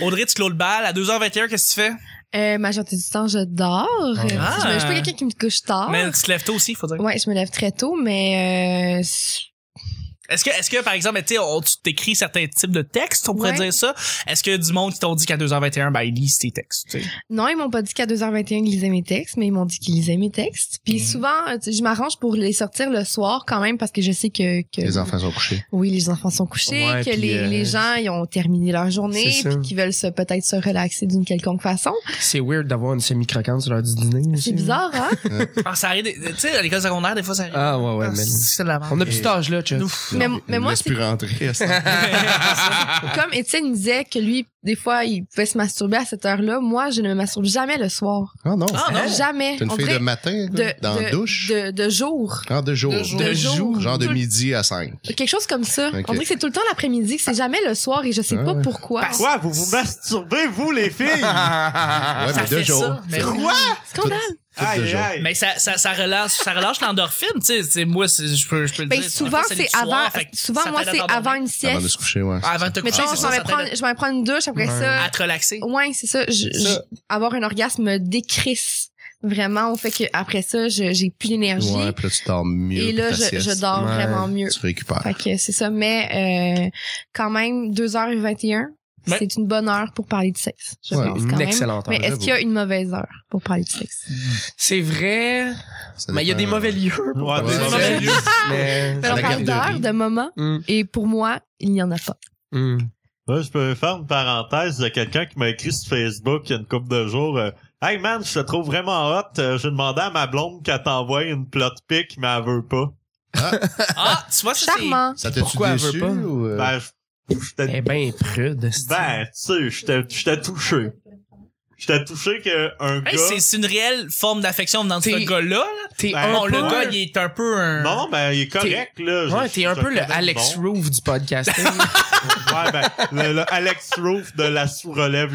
S1: Audrey, tu clôt le bal. À 2h21, qu'est-ce que tu fais?
S4: Euh, majorité du temps, je dors.
S2: Ah.
S4: Euh, Je me- je suis pas quelqu'un qui me couche tard.
S1: Mais tu te lèves tôt aussi, faut dire.
S4: Ouais, je me lève très tôt, mais euh,
S1: Est-ce que, est-ce que, par exemple, tu sais, on- tu t'écris certains types de textes, on pourrait
S4: Ouais.
S1: dire ça? Est-ce que du monde qui t'ont dit qu'à 2h21, ben, ils lisent tes textes, tu sais?
S4: non, ils m'ont pas dit qu'à 2h21 ils lisaient mes textes, mais ils m'ont dit qu'ils lisaient mes textes. Puis souvent, euh, tu sais, je m'arrange pour les sortir le soir quand même parce que je sais que, que
S2: Les enfants sont couchés.
S4: oui, les enfants sont couchés,
S3: Ouais,
S4: que
S3: puis,
S4: les,
S3: euh,
S4: les gens ils ont terminé leur journée,
S3: c'est ça.
S4: puis qu'ils veulent se peut-être se relaxer d'une quelconque façon.
S3: [LAUGHS] c'est weird d'avoir une semi croquante sur l'heure du dîner aussi.
S4: C'est bizarre, hein
S1: Ah, ça arrive, des- tu sais, à l'école secondaire, des fois, ça arrive.
S3: ah ouais ouais
S1: Ah,
S3: mais
S1: c'est de la merde.
S3: on a plus cet âge là tu
S1: Nous.
S4: Mais-
S2: Non,
S4: mais
S2: ils
S4: moi,
S2: laissent
S4: c'est- Ah,
S2: plus rentrer.
S4: [LAUGHS]
S2: à ça.
S1: [LAUGHS]
S4: Comme Étienne disait que lui, des fois, il pouvait se masturber à cette heure-là. Moi, je ne me masturbe jamais le soir.
S2: Ah non.
S1: Ah non.
S4: Jamais.
S2: T'es une
S4: On
S2: fille de
S4: dirait
S2: matin,
S4: de-
S2: dans
S4: de-
S2: la douche.
S4: de, de jour.
S2: Ah, de jour.
S1: De jour.
S4: De jour.
S2: Genre de midi à 5.
S4: Euh, Quelque chose comme ça.
S2: Ok.
S4: On dirait que c'est tout le temps l'après-midi, que c'est jamais le soir et je sais
S2: Ah
S4: pas
S2: ouais.
S4: pourquoi.
S5: Quoi? Vous vous masturbez, vous, les filles?
S4: Ah,
S2: Ouais,
S1: ça
S2: mais de
S1: fait
S2: jour.
S1: ça. Mais,
S5: Quoi?
S4: Scandale.
S2: Tout de jour.
S1: mais ça, ça, ça relâche, ça relâche l'endorphine, tu sais, tu sais. Moi, c'est- je peux, je peux le
S4: Ben,
S1: dire.
S4: souvent,
S1: Des fois,
S4: c'est
S1: du soir,
S4: avant,
S1: fait que
S4: souvent,
S1: ça
S4: moi,
S1: t'aide à
S4: c'est
S1: t'endormir.
S4: avant une
S2: Avant de se
S4: sieste. Ah,
S2: coucher, ouais.
S1: Avant de te coucher.
S4: Mettons,
S1: c'est
S4: je
S1: ça,
S4: vais
S1: ça t'aide Ah.
S4: prendre, Oh. je vais prendre une douche après
S3: Ouais.
S1: à
S4: ça.
S1: te relaxer.
S4: Ouais, c'est ça. Je-
S3: Ça.
S4: je- avoir un orgasme décrisse vraiment au fait que après ça, je- j'ai plus d'énergie.
S2: Ouais, puis là, tu dors mieux.
S4: et
S2: pour
S4: là,
S2: ta
S4: je,
S2: sieste.
S4: je dors
S3: Ouais.
S4: vraiment mieux.
S2: Tu récupères.
S4: Fait que c'est ça. Mais euh, quand même, 2h21,
S1: Ouais.
S4: c'est une bonne heure pour parler de sexe. Je
S2: Ouais,
S4: pense quand
S3: une
S4: même.
S3: excellente
S4: Mais
S3: heure.
S4: est-ce qu'il y a une mauvaise heure pour parler de sexe?
S3: c'est vrai
S2: Ça
S3: mais il y a des
S2: dépend. euh,
S3: mauvais lieux pour
S5: Ouais,
S3: parler
S5: des
S3: de
S5: mauvais
S3: sexe.
S5: lieux.
S3: [LAUGHS] mais
S4: Alors, on
S2: la
S4: parle
S2: garderie.
S4: d'heures, de moments,
S3: Hmm,
S4: et pour moi, il n'y en a pas.
S3: hmm.
S5: Là, je peux faire une parenthèse de quelqu'un qui m'a écrit sur Facebook il y a une couple de jours. euh, hey man, je te trouve vraiment hot. Euh, J'ai demandé à ma blonde qu'elle t'envoie une plot pic, mais elle veut pas.
S1: Ah, tu vois, ça, c'est-
S4: Charmant.
S2: Ça t'a-tu
S3: Pourquoi elle veut
S2: déçu?
S3: pas?
S2: ou, euh,
S5: Ben, je- j'étais,
S3: Eh ben prude. c'est-
S5: [LAUGHS] ben, tu sais, j'étais, j'étais touché. J'étais touché qu'un gars.
S1: Hey, c'est- c'est une réelle forme d'affection venant de
S3: T'es-
S1: ce gars-là.
S3: T'es
S5: ben,
S3: un
S1: Bon, le
S3: peu-
S1: gars, il est un peu un.
S5: Non, non, ben, il est correct, là. Je-
S3: Ouais, t'es un
S5: je
S3: peu le
S5: connais le
S3: Alex
S5: nom.
S3: Roof du [LAUGHS] podcasting.
S5: Ouais, ben, le, le Alex Roof de la sous-relève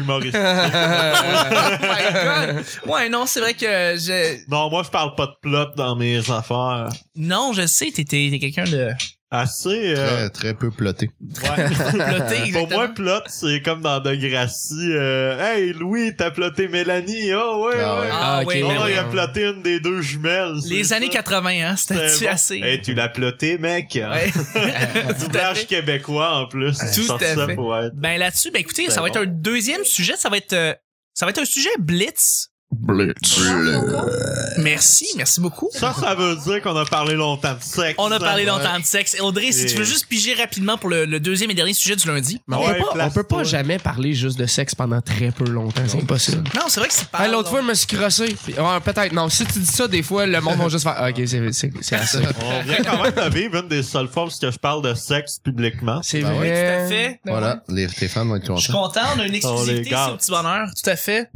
S3: [LAUGHS]
S5: humoristique.
S3: Ah,
S1: Ouais, Oh ouais, non, c'est vrai que je.
S5: non, moi, je parle pas de plot dans mes affaires.
S1: Non, je sais, t'es t'es- t'es quelqu'un de.
S5: Assez,
S2: Très,
S5: euh,
S2: très peu ploté.
S5: ouais.
S1: Ploté,
S5: Euh, Pour moi,
S1: exactement.
S5: plot, c'est comme dans Degrassi. Euh, hey, Louis, t'as ploté Mélanie. Oh, ouais,
S2: Ah
S5: ouais.
S2: ouais.
S1: Ah,
S3: ok,
S1: ouais,
S5: Oh,
S1: mais
S3: ben
S5: il a
S3: ouais.
S5: ploté une des deux jumelles. c'est
S1: Les
S5: ça.
S1: années 80, hein, c'était
S5: C'est bon.
S1: assez.
S5: Hey, tu l'as ploté, mec. [LAUGHS]
S1: Ouais.
S5: Doublage québécois, en plus.
S1: Tout
S5: Ça,
S1: à fait.
S5: ça pourrait être-
S1: Ben là-dessus, ben écoutez,
S5: C'est
S1: ça va
S5: bon.
S1: être un deuxième sujet, ça va être euh, ça va être un sujet blitz.
S2: Blitz.
S4: Ah,
S1: Merci, merci beaucoup.
S5: Ça, ça veut dire qu'on a parlé longtemps de sexe.
S1: On a parlé
S5: Ouais.
S1: longtemps de sexe. Et Audrey, si
S5: Et-
S1: tu veux juste piger rapidement pour le, le deuxième et dernier sujet du lundi.
S3: Mais on,
S5: Ouais,
S3: peut pas, on
S5: place-toi.
S3: peut pas jamais parler juste de sexe pendant très peu longtemps, c'est impossible.
S1: Non, c'est vrai que c'est pas.
S3: Hey, L'autre fois, je me suis crossé. Puis, ouais, Peut-être, non. Si tu dis ça, des fois, le monde va juste faire Ah, Ok, c'est- c'est c'est assez.
S5: On vient quand même de vivre une des seules fois où je parle de sexe publiquement.
S3: C'est
S2: Ben
S1: Ah Tout
S3: vrai.
S1: à fait.
S2: Voilà,
S4: Ben
S2: les, tes fans vont être
S1: Je suis
S2: contents.
S1: content, on a une
S5: Oh, les
S1: exclusivité
S5: gars.
S1: c'est au petit bonheur. Tout à fait.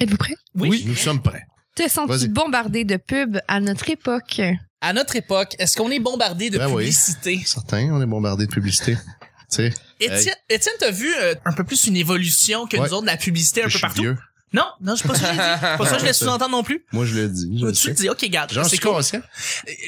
S4: Êtes-vous prêts?
S1: Oui.
S2: Nous sommes prêts.
S4: Te
S2: Vas-y.
S4: sens-tu bombardé de pubs à notre époque?
S1: À notre époque, est-ce qu'on est bombardé de
S2: Ben oui.
S1: publicité?
S2: Certains, on est bombardés de
S1: [LAUGHS]
S2: publicité. tu sais,
S1: Étienne, Étienne, t'as vu euh, un peu plus une évolution que
S2: Ouais.
S1: nous autres de la publicité un
S2: je
S1: peu
S2: suis
S1: partout?
S2: vieux.
S1: Non, non, c'est pas ça que j'ai
S2: [LAUGHS]
S1: dit. Pas ça que je laisse sous-entendre non plus.
S2: Moi, je le dis. je le
S1: Tu
S2: sais.
S1: te dis, OK, garde,
S2: J'en
S1: c'est
S2: suis
S1: cool.
S2: conscient.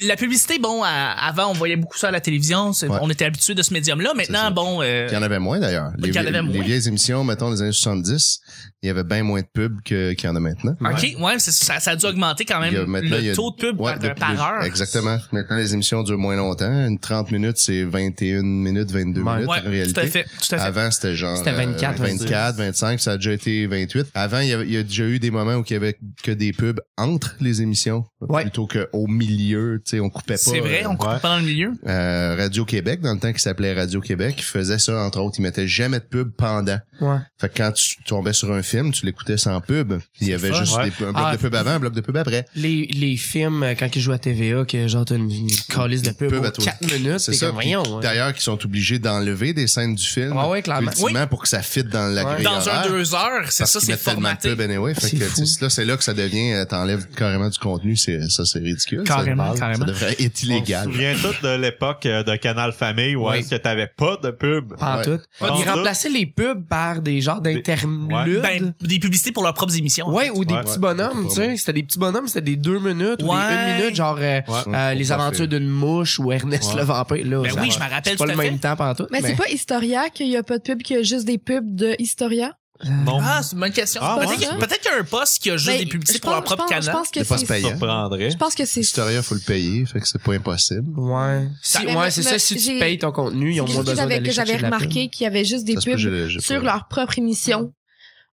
S1: La publicité, bon, à- avant, on voyait beaucoup ça à la télévision. c'est-
S2: Ouais.
S1: On était habitué de ce médium-là. Maintenant,
S2: ça.
S1: bon, euh,
S2: Il y en avait moins, d'ailleurs. Les,
S1: Il y en
S2: vie-
S1: avait
S2: les
S1: moins.
S2: vieilles émissions, mettons, des années 70, il y avait bien moins de pubs que- qu'il y en a maintenant.
S1: OK, ouais, c'est- ça, ça a dû augmenter quand même
S2: Il y a- maintenant, il y
S1: le
S2: a-
S1: taux de pub
S2: Ouais,
S1: par,
S2: de-
S1: par
S2: de-
S1: heure.
S2: Exactement. Maintenant, les émissions durent moins longtemps. Une 30 minutes, c'est 21 minutes, 22
S3: Ouais.
S2: minutes en
S1: Ouais,
S2: réalité.
S1: tout à fait, tout à fait.
S2: Avant, c'était genre
S3: C'était 24,
S2: euh, 24 25, ça a déjà été 28. Avant, il y, avait- il y a déjà eu des moments où il y avait que des pubs entre les émissions
S3: Ouais.
S2: plutôt qu'au milieu. Tu sais, on coupait pas.
S1: C'est vrai,
S2: euh,
S1: on coupe
S5: ouais.
S1: pas dans le milieu.
S2: euh, Radio-Québec, dans le temps qui s'appelait Radio-Québec, il faisait ça, entre autres. Il mettait jamais de pub pendant.
S3: Ouais.
S2: Fait que quand tu tombais sur un film, tu l'écoutais sans pub. Il y avait
S5: fun,
S2: juste
S5: ouais.
S2: des- un bloc
S3: Ah.
S2: de pub avant, un bloc de pub après.
S3: Les, les films, euh, quand ils jouent à TVA, que genre t'as une, une calice de pub
S2: Pub à
S3: aux
S2: toi.
S3: 4 minutes,
S2: C'est
S3: t'es
S2: ça.
S3: comme,
S2: Puis,
S3: voyons, hein, ouais. Ah
S2: D'ailleurs, qu'ils sont obligés d'enlever des scènes du film.
S3: Ouais, ouais, clairement.
S2: Ultimement, pour que ça fitte dans la
S3: Ouais.
S2: grille
S1: Dans un
S2: horaire,
S1: deux heures, c'est
S2: parce
S1: ça,
S2: qu'ils
S1: c'est
S2: mettent tellement de
S1: formaté.
S2: pub anyway. Fait
S3: C'est
S2: que,
S3: fou.
S2: tu sais, là, c'est là que ça devient, euh, t'enlèves carrément du contenu. C'est, ça, c'est ridicule.
S1: Carrément,
S2: ça,
S1: carrément.
S2: Ça devrait être illégal.
S5: On se souvient tous de l'époque euh, de Canal Famille où
S3: Oui.
S5: est-ce que t'avais pas de pub.
S3: Pas en
S2: Ouais.
S3: tout.
S5: Pas en
S3: Ils
S5: tout.
S3: remplaçaient les pubs par des genres d'interludes.
S1: Ben, des publicités pour leurs propres émissions.
S3: Ouais, ou des
S5: Ouais.
S3: petits bonhommes, tu sais. C'était des petits bonhommes, c'était des deux minutes ou des
S1: Ouais.
S3: une minute, genre euh,
S2: Ouais.
S3: euh, Les
S2: Faut pas
S3: aventures
S2: faire.
S3: d'une mouche ou Ernest
S5: Ouais.
S3: le vampire. Là,
S1: Ben
S3: ça
S1: oui,
S3: va.
S1: je me rappelle
S3: C'est
S1: tout
S3: pas le
S1: à fait.
S3: même temps pendant tout.
S4: Mais c'est pas Historia qu'il y a pas de pub, qu'il y a juste des pubs de Historia?
S5: Non,
S1: Ah, c'est une bonne question.
S5: Ah,
S1: peut-être
S5: ouais.
S1: qu'il y a- peut-être qu'il y a un poste qui a juste
S4: Ben,
S1: des publicités
S4: je
S1: pour leur
S4: pense-
S1: propre
S4: je
S1: canal.
S4: pense-
S2: De
S4: Je
S2: pas
S4: pense
S2: se
S4: que c'est...
S2: payer.
S5: ça prendrait.
S4: Je pense que c'est...
S2: Historia, faut le payer. Fait que c'est pas impossible.
S3: Ouais. Si,
S4: Mais-
S3: ouais, c'est
S4: mais-
S3: ça. Si tu
S4: j'ai-
S3: payes ton contenu, ils ont
S4: c'est
S3: moins
S4: quelque chose
S3: besoin
S4: que
S3: d'aller
S4: j'avais
S3: chercher de la pub.
S4: remarqué qu'il y avait juste des
S2: Ça se peut,
S4: pubs
S2: j'ai- j'ai
S4: sur
S2: pas-
S4: leur propre émission.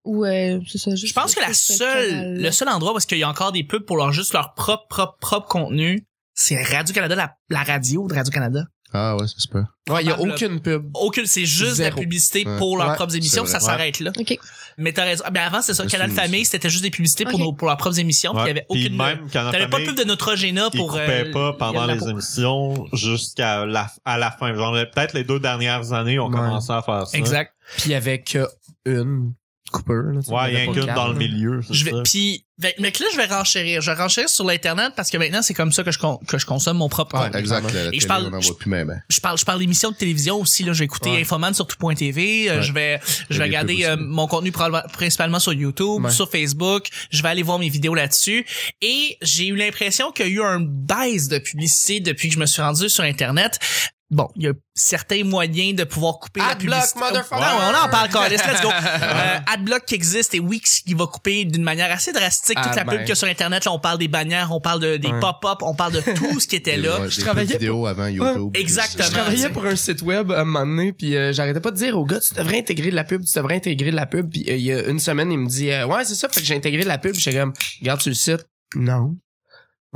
S4: Ou, euh, c'est ça, juste-
S1: Je pense que la
S4: c'est- c'est
S1: seule,
S4: canal.
S1: le seul endroit où est-ce qu'il y a encore des pubs pour leur juste leur propre, propre, propre contenu, c'est Radio-Canada, la, la radio de Radio-Canada.
S2: Ah ouais, ça se peut.
S3: Ouais, il y a
S1: Probable.
S3: aucune pub.
S1: Aucune, c'est juste de la
S3: Zéro.
S1: publicité
S2: Ouais.
S1: pour leurs
S3: Ouais,
S1: propres émissions,
S2: c'est
S1: ça
S2: vrai.
S1: s'arrête là.
S4: Ok.
S1: Mais t'as raison. Mais avant, c'est ça,
S2: Ouais,
S1: Canal
S2: c'est-
S1: Famille, c'était juste des publicités pour,
S4: Ok.
S1: nos, pour leurs propres émissions, puis il y avait
S5: Puis
S1: aucune. euh,
S5: même Canal
S1: T'avais pas de
S5: Famille
S1: pub de Notrogena
S5: qui
S1: pour.
S5: coupait
S1: euh,
S5: pas
S1: il y
S5: pendant
S1: avait la
S5: les
S1: peau.
S5: émissions jusqu'à la, à la fin. Genre, peut-être les deux dernières années, on
S3: Ouais.
S5: commençait à faire ça.
S1: Exact.
S3: Puis il y avait que une Cooper. Là, tu sais,
S5: Ouais,
S3: il y
S5: il y
S3: avait
S5: a
S3: pas
S5: qu'une
S3: quatre,
S5: dans le
S3: là.
S5: milieu. c'est
S1: Je vais,
S5: ça.
S1: puis, ben, mais que là, je vais renchérir. Je vais renchérir sur l'Internet parce que maintenant, c'est comme ça que je, con- que je consomme mon propre contenu.
S2: exact. La, la
S1: Ah, Et je
S2: télé,
S1: parle-
S2: on n'en
S1: je-
S2: voit plus même. hein.
S1: Je parle, je parle d'émissions de télévision aussi, là. Je vais écouter
S3: Ouais.
S1: Infoman sur tout.tv. euh,
S2: Ouais.
S1: Je vais, je vais
S2: Et les pubs
S1: regarder
S2: aussi.
S1: euh, mon contenu probablement- principalement sur YouTube,
S3: Ouais.
S1: sur Facebook. Je vais aller voir mes vidéos là-dessus. Et j'ai eu l'impression qu'il y a eu un baisse de publicité depuis que je me suis rendu sur Internet. Bon, il y a certains moyens de pouvoir couper la
S3: Adblock,
S1: publicité.
S3: motherfucker!
S1: Ouais, on en parle encore. Let's go.
S3: [LAUGHS]
S1: Euh, Adblock qui existe et Wix qui va couper d'une manière assez drastique toute la
S3: Ah
S1: pub
S3: ben.
S1: qu'il y a sur Internet. Là, on parle des bannières, on parle de, des
S3: Ouais.
S1: pop-up, on parle de tout ce qui était
S2: Des-
S1: là.
S2: ouais, des
S3: travaillais
S2: vidéos avant YouTube.
S1: Exactement.
S3: Je travaillais pour un site web à un moment donné, puis euh, j'arrêtais pas de dire au gars, tu devrais intégrer de la pub, tu devrais intégrer de la pub. Puis euh, il y a une semaine, il me dit, euh, ouais, c'est ça, fait que j'ai intégré de la pub. J'étais comme, regarde sur le site. Non.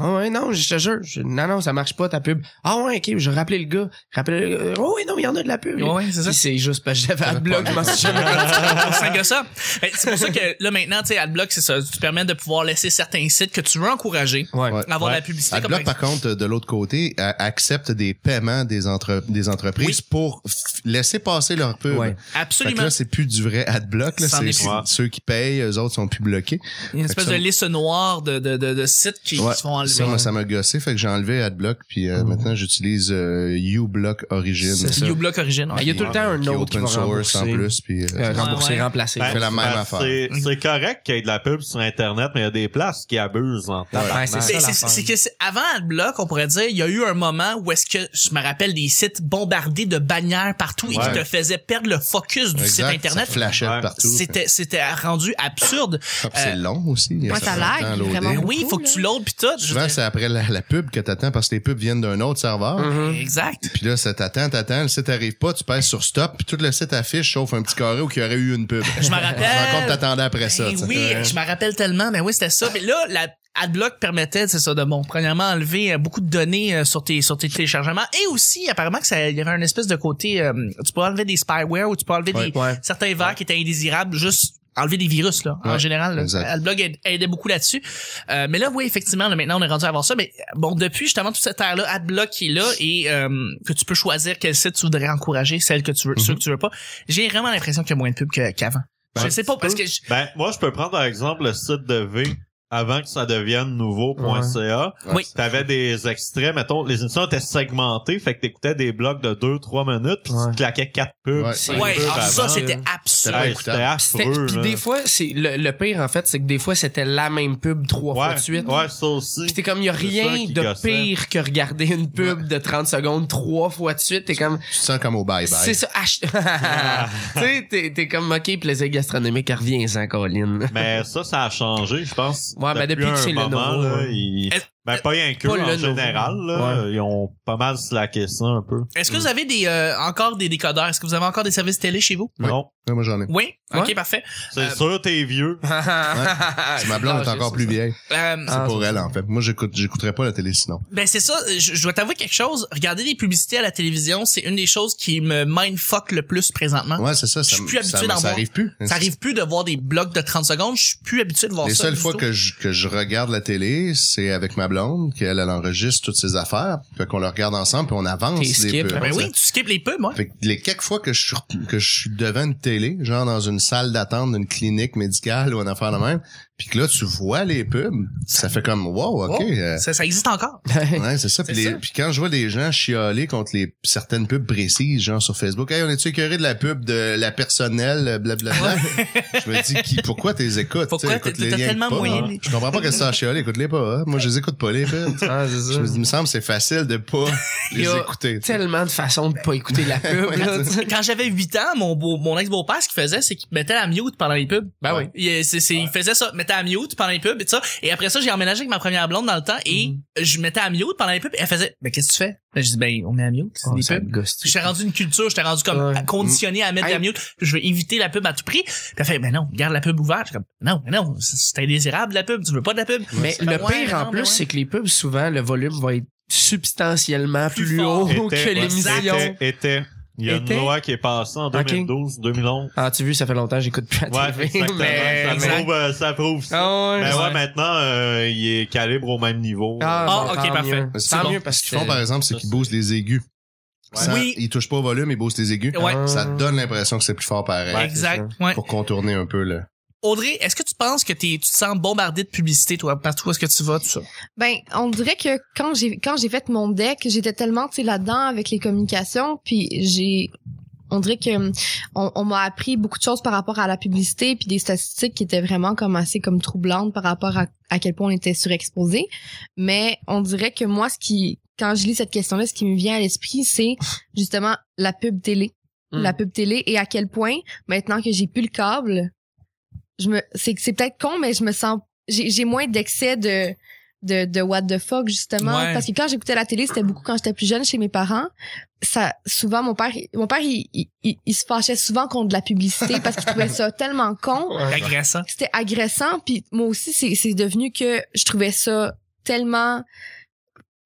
S3: Ah ouais, non, je te jure. Je- non, non, ça marche pas ta pub. Ah ouais, ok, je rappelais le gars. Rappelais le gars. Oh oui, non, il y en a de la pub.
S1: Ouais, c'est ça.
S3: Puis c'est juste parce que j'avais Adblock, je m'en suis jamais
S1: [LAUGHS] Cinq que ça. Ben, C'est pour ça que là maintenant, tu sais, Adblock, c'est ça. Tu te permets de pouvoir laisser certains sites que tu veux encourager
S3: Ouais.
S2: Ouais.
S1: avoir
S5: Ouais.
S1: la publicité. comme
S2: Adblock,
S1: par
S2: par contre, de l'autre côté, a- accepte des paiements des, entre- des entreprises pour f- laisser passer leur pub.
S3: Ouais.
S1: exemple.
S2: Fait que
S1: Absolument.
S2: là, c'est plus du vrai Adblock. Là,
S1: C'en
S2: c'est
S1: est
S2: c'est
S5: plus.
S2: ceux qui payent, eux autres sont plus bloqués.
S1: Il y a une espèce
S2: fait
S1: de
S2: que
S1: liste noire de, de, de, de sites qui, qui
S2: Ouais.
S1: se font enlever.
S2: Ça, moi, ça m'a gossé, fait que j'ai enlevé Adblock, puis
S3: Mm.
S2: euh, maintenant j'utilise euh, uBlock Origin.
S3: C'est ça.
S1: uBlock Origin. ouais.
S3: Il y a tout le temps un
S2: Qui est
S3: autre qui
S2: open
S3: va
S2: source
S3: rembourser.
S2: en plus, puis euh,
S3: Euh, rembourser,
S1: Ouais, ouais.
S3: remplacer.
S5: Ben,
S2: fait la même
S5: ben,
S2: affaire.
S5: c'est-
S1: Mhm.
S5: C'est correct qu'il y ait de la pub sur Internet, mais il y a des places qui abusent hein. en
S3: Ouais, c'est ça.
S1: Ben, c'est-
S3: l'affaire.
S1: c'est que c'est- avant Adblock, on pourrait dire, il y a eu un moment où est-ce que je me rappelle des sites bombardés de bannières partout et qui
S5: Ouais.
S1: te faisaient perdre le focus du
S2: exact,
S1: site internet.
S2: ça hein. flashait
S5: Ouais.
S2: partout.
S1: C'était c'était rendu absurde.
S2: Hop, c'est
S1: euh,
S2: long aussi. il y a
S4: ouais,
S2: certain
S4: ça lag,
S2: temps à loader.
S4: vraiment.
S1: Ben oui,
S4: cool,
S1: faut que tu
S4: là.
S1: loads pis tout. Je veux
S2: hein. Souvent,
S1: dire-
S2: c'est après la, la pub que t'attends parce que les pubs viennent d'un autre serveur.
S1: Mm.
S3: Mhm.
S1: Exact.
S2: Puis là, ça t'attend, t'attends, le site arrive pas, tu passes sur stop, puis tout le site affiche sauf un petit carré où il y aurait eu une pub.
S1: Je me
S2: Tu te rends compte
S1: rappelle.
S2: que t'attendais après ça.
S1: Eh
S2: tu sais.
S1: oui, je m'en rappelle tellement, mais oui, c'était ça. Mais là, la Adblock permettait, c'est ça, de bon, premièrement, enlever euh, beaucoup de données euh, sur tes, sur tes téléchargements. Et aussi, apparemment, que ça, il y avait un espèce de côté, euh, tu peux enlever des spyware ou tu peux enlever des,
S3: Ouais.
S1: certains vers qui étaient indésirables, juste enlever des virus, là, en
S2: Ouais,
S1: général. là.
S2: exact.
S1: Adblock aide- aidait beaucoup là-dessus. Euh, mais là, oui, effectivement, là, maintenant, on est rendu à avoir ça. Mais euh, bon, depuis, justement, toute cette ère-là, Adblock qui est là et euh, que tu peux choisir quel site tu voudrais encourager, celle que tu
S2: Mm-hmm.
S1: veux, ceux que tu veux pas. J'ai vraiment l'impression qu'il y a moins de pub que- qu'avant.
S5: Ben,
S1: je sais pas, parce que je-
S5: Ben, moi, je peux prendre, par exemple, le site de V avant que ça devienne nouveau.ca.
S2: Ouais.
S1: Oui.
S5: T'avais des extraits, mettons, les émissions étaient segmentées, fait que t'écoutais des blocs de 2-3 minutes, puis
S3: Ouais.
S5: tu claquais 4 pubs.
S2: Ouais.
S5: cinq
S1: Ouais,
S5: pubs
S1: alors ça,
S5: avant.
S1: c'était
S2: C'était pas
S5: Hey,
S2: écoutable.
S5: c'était
S3: Pis
S5: affreux.
S3: c'était- pis
S5: là.
S3: des fois, c'est le, le pire en fait, c'est que des fois c'était la même pub trois fois
S5: ouais,
S3: de suite.
S5: Ouais, ça aussi.
S3: Pis t'es comme, y a
S5: C'est ça
S3: rien
S5: qui
S3: de
S5: gossait.
S3: pire que regarder une pub de 30 secondes trois fois de suite. T'es comme,
S2: Tu te sens comme au
S3: c'est
S2: bye-bye.
S3: ça, ach- [LAUGHS] Tu sais, t'es, t'es comme, ok, plaisir gastronomique, reviens-en, Colin. [LAUGHS]
S5: Mais ça, ça a changé, je pense.
S3: Ouais, ben, depuis
S5: un
S3: que c'est
S5: moment,
S3: Lenovo,
S5: là,
S3: ouais.
S5: ils-
S1: Est-
S5: Ben, pas rien que
S3: Pas
S5: en
S3: Lenovo.
S5: général, là, ils ont pas mal slacké ça un peu.
S1: Est-ce que vous avez des euh, encore des décodeurs? Est-ce que vous avez encore des services télé chez vous?
S2: Ouais.
S5: Non,
S2: Ouais, moi, j'en ai.
S1: Oui. Ok,
S3: Ouais.
S1: parfait.
S5: c'est
S1: Euh,
S5: sûr, t'es
S3: [LAUGHS]
S5: vieux.
S1: Ah,
S2: C'est ma blonde est encore plus vieille.
S1: Euh,
S2: C'est
S3: Ah,
S2: pour elle, en fait. Moi, j'écoute, j'écouterais pas la télé sinon.
S1: ben c'est ça. Je, je dois t'avouer quelque chose. Regarder des publicités à la télévision, c'est une des choses qui me mindfuck le plus présentement.
S2: Ouais, c'est ça.
S1: Ah. Je
S2: ça
S1: suis
S2: m-
S1: plus
S2: ça
S1: habitué
S2: m-
S1: d'en
S2: Ça
S1: voir.
S2: arrive plus.
S1: Ça arrive plus de voir des blocs de 30 secondes. Je suis plus habitué de voir
S2: Les
S1: ça.
S2: seules
S1: du
S2: fois
S1: tout.
S2: que je, que je regarde la télé, c'est avec ma blonde, qu'elle elle enregistre toutes ses affaires, fait qu'on le regarde ensemble, puis on avance
S3: T'es
S2: des
S3: skip,
S2: peu.
S1: Ben oui, tu skippes les pubs, moi.
S2: Fait que les quelques fois que je suis re- que je suis devant une télé, genre dans une salle d'attente d'une clinique médicale ou une affaire de même, puis que là tu vois les pubs, ça fait comme wow, ok. euh,
S1: Ça, ça existe encore.
S2: Ouais, c'est ça. Puis,
S1: Oh. C'est
S2: les-
S1: ça.
S2: puis quand je vois des gens chialer contre les certaines pubs précises, genre sur Facebook, hey, on est-tu écœuré de la pub de la personnelle, euh, blablabla? je me dis, qui, pourquoi t'es écoutes?
S1: Pourquoi
S2: T'sais, écoute
S1: t'as-
S2: les
S1: t'as
S2: liens
S1: tellement
S2: pas. hein.
S1: moyen de-
S2: Je comprends pas que ça à chialer, écoute-les pas. hein. Moi, je les écoute pas, les
S1: [LAUGHS]
S2: pubs.
S3: Ah, c'est
S2: je
S3: ça.
S2: me dis, il me semble que c'est facile de pas
S3: Il y
S2: les
S3: a
S2: écouter. t'sais.
S3: Tellement de façons de pas
S2: [LAUGHS]
S3: écouter la pub, là, tu sais.
S1: Quand j'avais 8 ans, mon beau, mon ex-beau-père, ce qu'il faisait, c'est qu'il mettait à mute pendant les pubs.
S3: Ben oui.
S1: Il, euh, c'est- c'est- il faisait ça, mettait à mute pendant les pubs et tout ça. Et après ça, j'ai emménagé avec ma première blonde dans le temps et
S3: Mm.
S1: je mettais à mute pendant les pubs. Et elle faisait, ben qu'est-ce que tu fais? Ben, je dis, ben on met à mute, c'est
S3: Oh,
S1: des
S3: ça
S1: pubs.
S3: me gosse, tu sais.
S1: J'étais rendu une culture, j'étais rendu comme
S3: Ouais. Mm.
S1: conditionné à mettre
S3: Hey.
S1: la mute. Je vais éviter la pub à tout prix. Puis elle fait, ben non, garde la pub ouverte. J'étais comme, non, ben non, c'est- c'est indésirable la pub, tu veux pas de la pub.
S3: Mais
S1: c'est
S3: le
S1: pas- ouais,
S3: pire en
S1: non,
S3: plus,
S1: mais ouais.
S3: c'est que les pubs, souvent, le volume va être substantiellement
S1: Plus
S3: plus,
S1: fort.
S3: haut
S5: Était,
S3: que
S5: ouais,
S3: l'émission.
S5: Était, était. Il y a
S3: Était?
S5: une loi qui est passée en
S3: Ok.
S5: 2012, 2011.
S3: Ah, tu as vu, ça fait longtemps, que j'écoute plus
S5: Ouais,
S3: la TV.
S5: exactement.
S3: mais-
S5: ça,
S1: exact.
S5: prouve, euh, ça prouve ça.
S3: Ah ouais.
S5: Ben ouais,
S1: ouais.
S5: maintenant, euh, il est calibre au même niveau.
S1: Ah,
S3: bon,
S1: ok,
S3: tant
S1: parfait.
S3: mieux.
S2: C'est
S3: Tant
S2: bon.
S3: mieux parce
S2: Ce
S3: que
S2: qu'ils font, par exemple, c'est
S5: Euh, ça,
S2: qu'ils
S5: c'est-
S2: boostent les aigus.
S5: Ouais.
S2: Ça-
S1: Oui.
S2: Ils touchent pas au volume, ils boostent les aigus.
S1: Ouais.
S3: Ah.
S2: Ça donne l'impression que c'est plus fort pareil.
S3: Ouais.
S1: exact.
S3: c'est
S1: Ouais.
S2: Pour contourner un peu le.
S1: Audrey, est-ce que tu penses que t'es, tu te sens bombardé de publicité, toi, partout où est-ce que tu vas, tout ça?
S4: Ben, on dirait que quand j'ai quand j'ai fait mon deck, j'étais tellement tu sais là-dedans avec les communications, puis j'ai on dirait que hum, on, on m'a appris beaucoup de choses par rapport à la publicité puis des statistiques qui étaient vraiment comme assez comme troublantes par rapport à, à quel point on était surexposé. Mais on dirait que moi ce qui quand je lis cette question-là, ce qui me vient à l'esprit, c'est justement la pub télé.
S3: Hmm.
S4: La pub télé et à quel point maintenant que j'ai plus le câble, je me c'est c'est peut-être con mais je me sens j'ai j'ai moins d'excès de de, de what the fuck justement
S1: Ouais.
S4: parce que quand j'écoutais la télé c'était beaucoup quand j'étais plus jeune chez mes parents ça souvent mon père il- mon père il, il, il- il se fâchait souvent contre de la publicité parce qu'il trouvait ça [LAUGHS] tellement con
S1: Agressant.
S4: c'était agressant puis moi aussi c'est c'est devenu que je trouvais ça tellement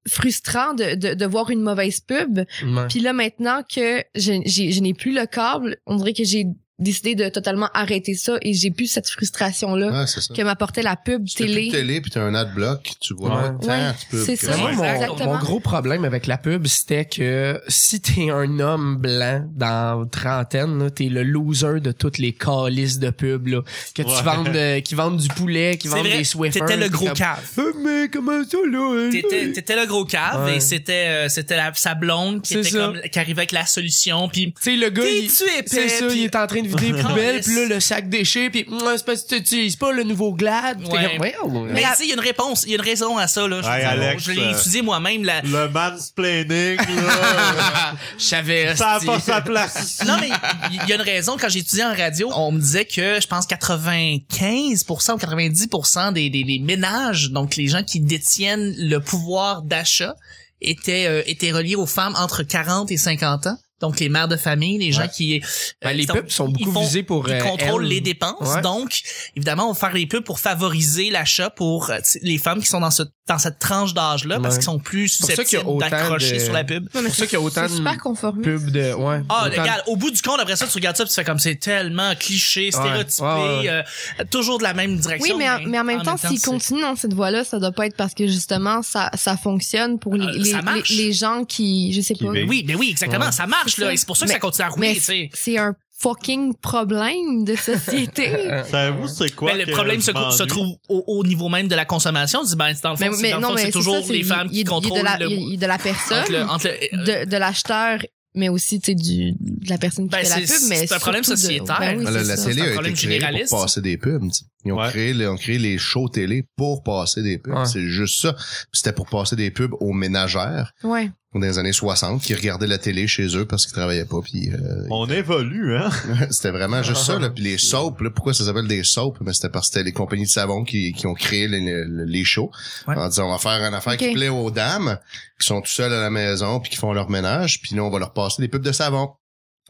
S4: frustrant de, de, de voir une mauvaise pub
S3: Ouais.
S4: puis là, maintenant que je, j'ai- je n'ai plus le câble, on dirait que j'ai décidé de totalement arrêter ça et j'ai plus cette frustration-là
S2: Ouais, Ah, c'est ça.
S4: que m'apportait la pub
S2: Si t'as plus de
S4: télé.
S2: télé puis t'as un adblock, tu vois pas
S3: Ouais.
S2: tant,
S4: Ouais,
S2: tu peux-
S4: c'est
S2: que-
S4: ça.
S3: Moi,
S1: Ouais,
S3: mon,
S1: exactement.
S3: mon gros problème avec la pub, c'était que si t'es un homme blanc dans trentaine, là, t'es le loser de toutes les calices de pub là, que tu
S5: Ouais.
S3: vendes, de- qui vendent du poulet, qui
S1: C'est
S3: vendent
S1: vrai,
S3: des Swiffers.
S1: T'étais le
S3: t'es
S1: gros
S3: comme,
S1: cave.
S3: Eh, mais comment ça là hein?
S5: Mm-hmm.
S1: T'étais, t'étais le gros cave
S3: Ouais.
S1: et c'était, euh, c'était la, sa blonde qui
S3: C'est
S1: était
S3: ça.
S1: comme, qui arrivait avec la solution puis.
S3: Tu sais, le gars, il-
S1: T'es-tu épais?
S3: c'est ça,
S1: Puis- Ah,
S3: il est en train
S1: [LAUGHS]
S3: de vider les poubelles, puis là, le sac déchets, puis Mouah, c'est parce que tu utilises pas le nouveau Glad. Puis t'es
S1: Ouais.
S3: comme, Voyons, là.
S1: Mais tu sais, il y a une réponse, il y a une raison à ça, là. Je,
S5: Ouais,
S1: je-
S5: Alex,
S1: je l'ai
S5: euh,
S1: étudié moi-même, la,
S5: Le mansplaining, là,
S3: [LAUGHS] Je savais.
S5: ça a
S3: hostie.
S5: pas sa place.
S1: Non, mais il y a une raison. Quand j'étudiais en radio, on me disait que je pense 95% ou 90% des, des, des ménages, donc les gens qui détiennent le pouvoir d'achat, étaient, euh, étaient reliés aux femmes entre 40 et 50 ans. Donc les mères de famille, les gens
S2: Ouais.
S1: qui...
S3: Ben,
S1: euh,
S3: les
S1: ils
S3: pubs sont
S1: ils
S3: beaucoup
S1: font-
S3: visés pour.
S1: Ils
S3: euh,
S1: contrôlent
S3: elle.
S1: les dépenses.
S3: Ouais.
S1: Donc, évidemment, on va faire les pubs pour favoriser l'achat pour euh, t'sais, les femmes qui sont dans, ce, dans cette tranche d'âge-là parce
S3: Ouais.
S1: qu'ils sont plus
S3: pour ça qu'il y a
S1: susceptibles
S3: autant
S1: d'accrocher
S3: de-
S1: sur la pub.
S4: Non, mais
S3: pour ça qu'il y a
S4: c'est-
S3: autant
S4: c'est
S3: de
S4: super conformiste.
S3: Pub de. Ouais.
S1: Ah,
S3: Autant-
S1: regarde, au bout du compte, après ça, tu regardes ça, puis tu fais comme c'est tellement cliché, stéréotypé,
S3: ouais, ouais.
S1: euh, toujours de la même direction.
S4: Oui, mais en, mais en même temps, s'ils
S1: c'est-
S4: continuent dans cette voie-là, ça doit pas être parce que justement ça ça fonctionne pour les
S1: Euh,
S4: les,
S1: ça marche.
S4: les- les gens qui je sais
S5: Qui
S4: pas.
S5: veillent.
S1: Oui, mais oui, exactement,
S3: Ouais.
S1: ça marche,
S4: C'est ça.
S1: là, et c'est pour ça que
S4: Mais-
S1: ça continue à
S4: mais
S1: rouler, tu sais.
S4: c'est un fucking problème
S1: [LAUGHS]
S4: de société.
S3: Euh,
S5: Savez-vous c'est quoi
S1: Mais le
S5: que
S1: problème
S5: je
S1: se, cou- se
S5: m'ennuie?
S1: trouve au, au niveau même de la consommation. Tu dis, ben, c'est dans le fond,
S4: mais
S1: c'est-
S4: mais
S1: dans le
S4: non
S1: fond,
S4: mais
S1: c'est toujours
S4: ça, c'est-
S1: les femmes
S4: il- il
S1: qui
S4: est de
S1: contrôlent
S4: la-
S1: le, euh,
S4: il est de la personne.
S1: entre le- entre le-
S4: de, de l'acheteur mais aussi tu sais du de la personne qui
S1: Ben,
S4: fait la
S1: c'est-
S4: pub
S1: c'est
S4: mais
S1: un
S4: surtout
S1: problème
S4: de-
S1: sociétaire.
S4: ben
S5: Ah,
S4: oui,
S2: la,
S4: c'est
S2: la
S4: ça.
S2: télé
S1: un
S2: a été
S1: problème
S2: créée
S1: généraliste.
S2: pour passer des pubs. tu sais. Ils ont,
S5: Ouais.
S2: créé, le- ils ont créé les shows télé pour passer des pubs.
S3: Ouais.
S2: C'est juste ça. Puis C'était pour passer des pubs aux ménagères
S4: ouais
S2: dans les années 60 qui regardaient la télé chez eux parce qu'ils travaillaient pas. Puis euh,
S5: On évolue, [LAUGHS] hein?
S2: [LAUGHS] c'était vraiment juste
S1: [LAUGHS]
S2: ça. Là. Puis les soaps, là, pourquoi ça s'appelle des soaps? Mais c'était parce que c'était les compagnies de savon qui, qui ont créé les, les- les shows.
S1: Ouais.
S2: En disant, on va faire une affaire
S4: Ok.
S2: qui plaît aux dames qui sont tout seules à la maison puis qui font leur ménage. Puis là, on va leur passer des pubs de savon.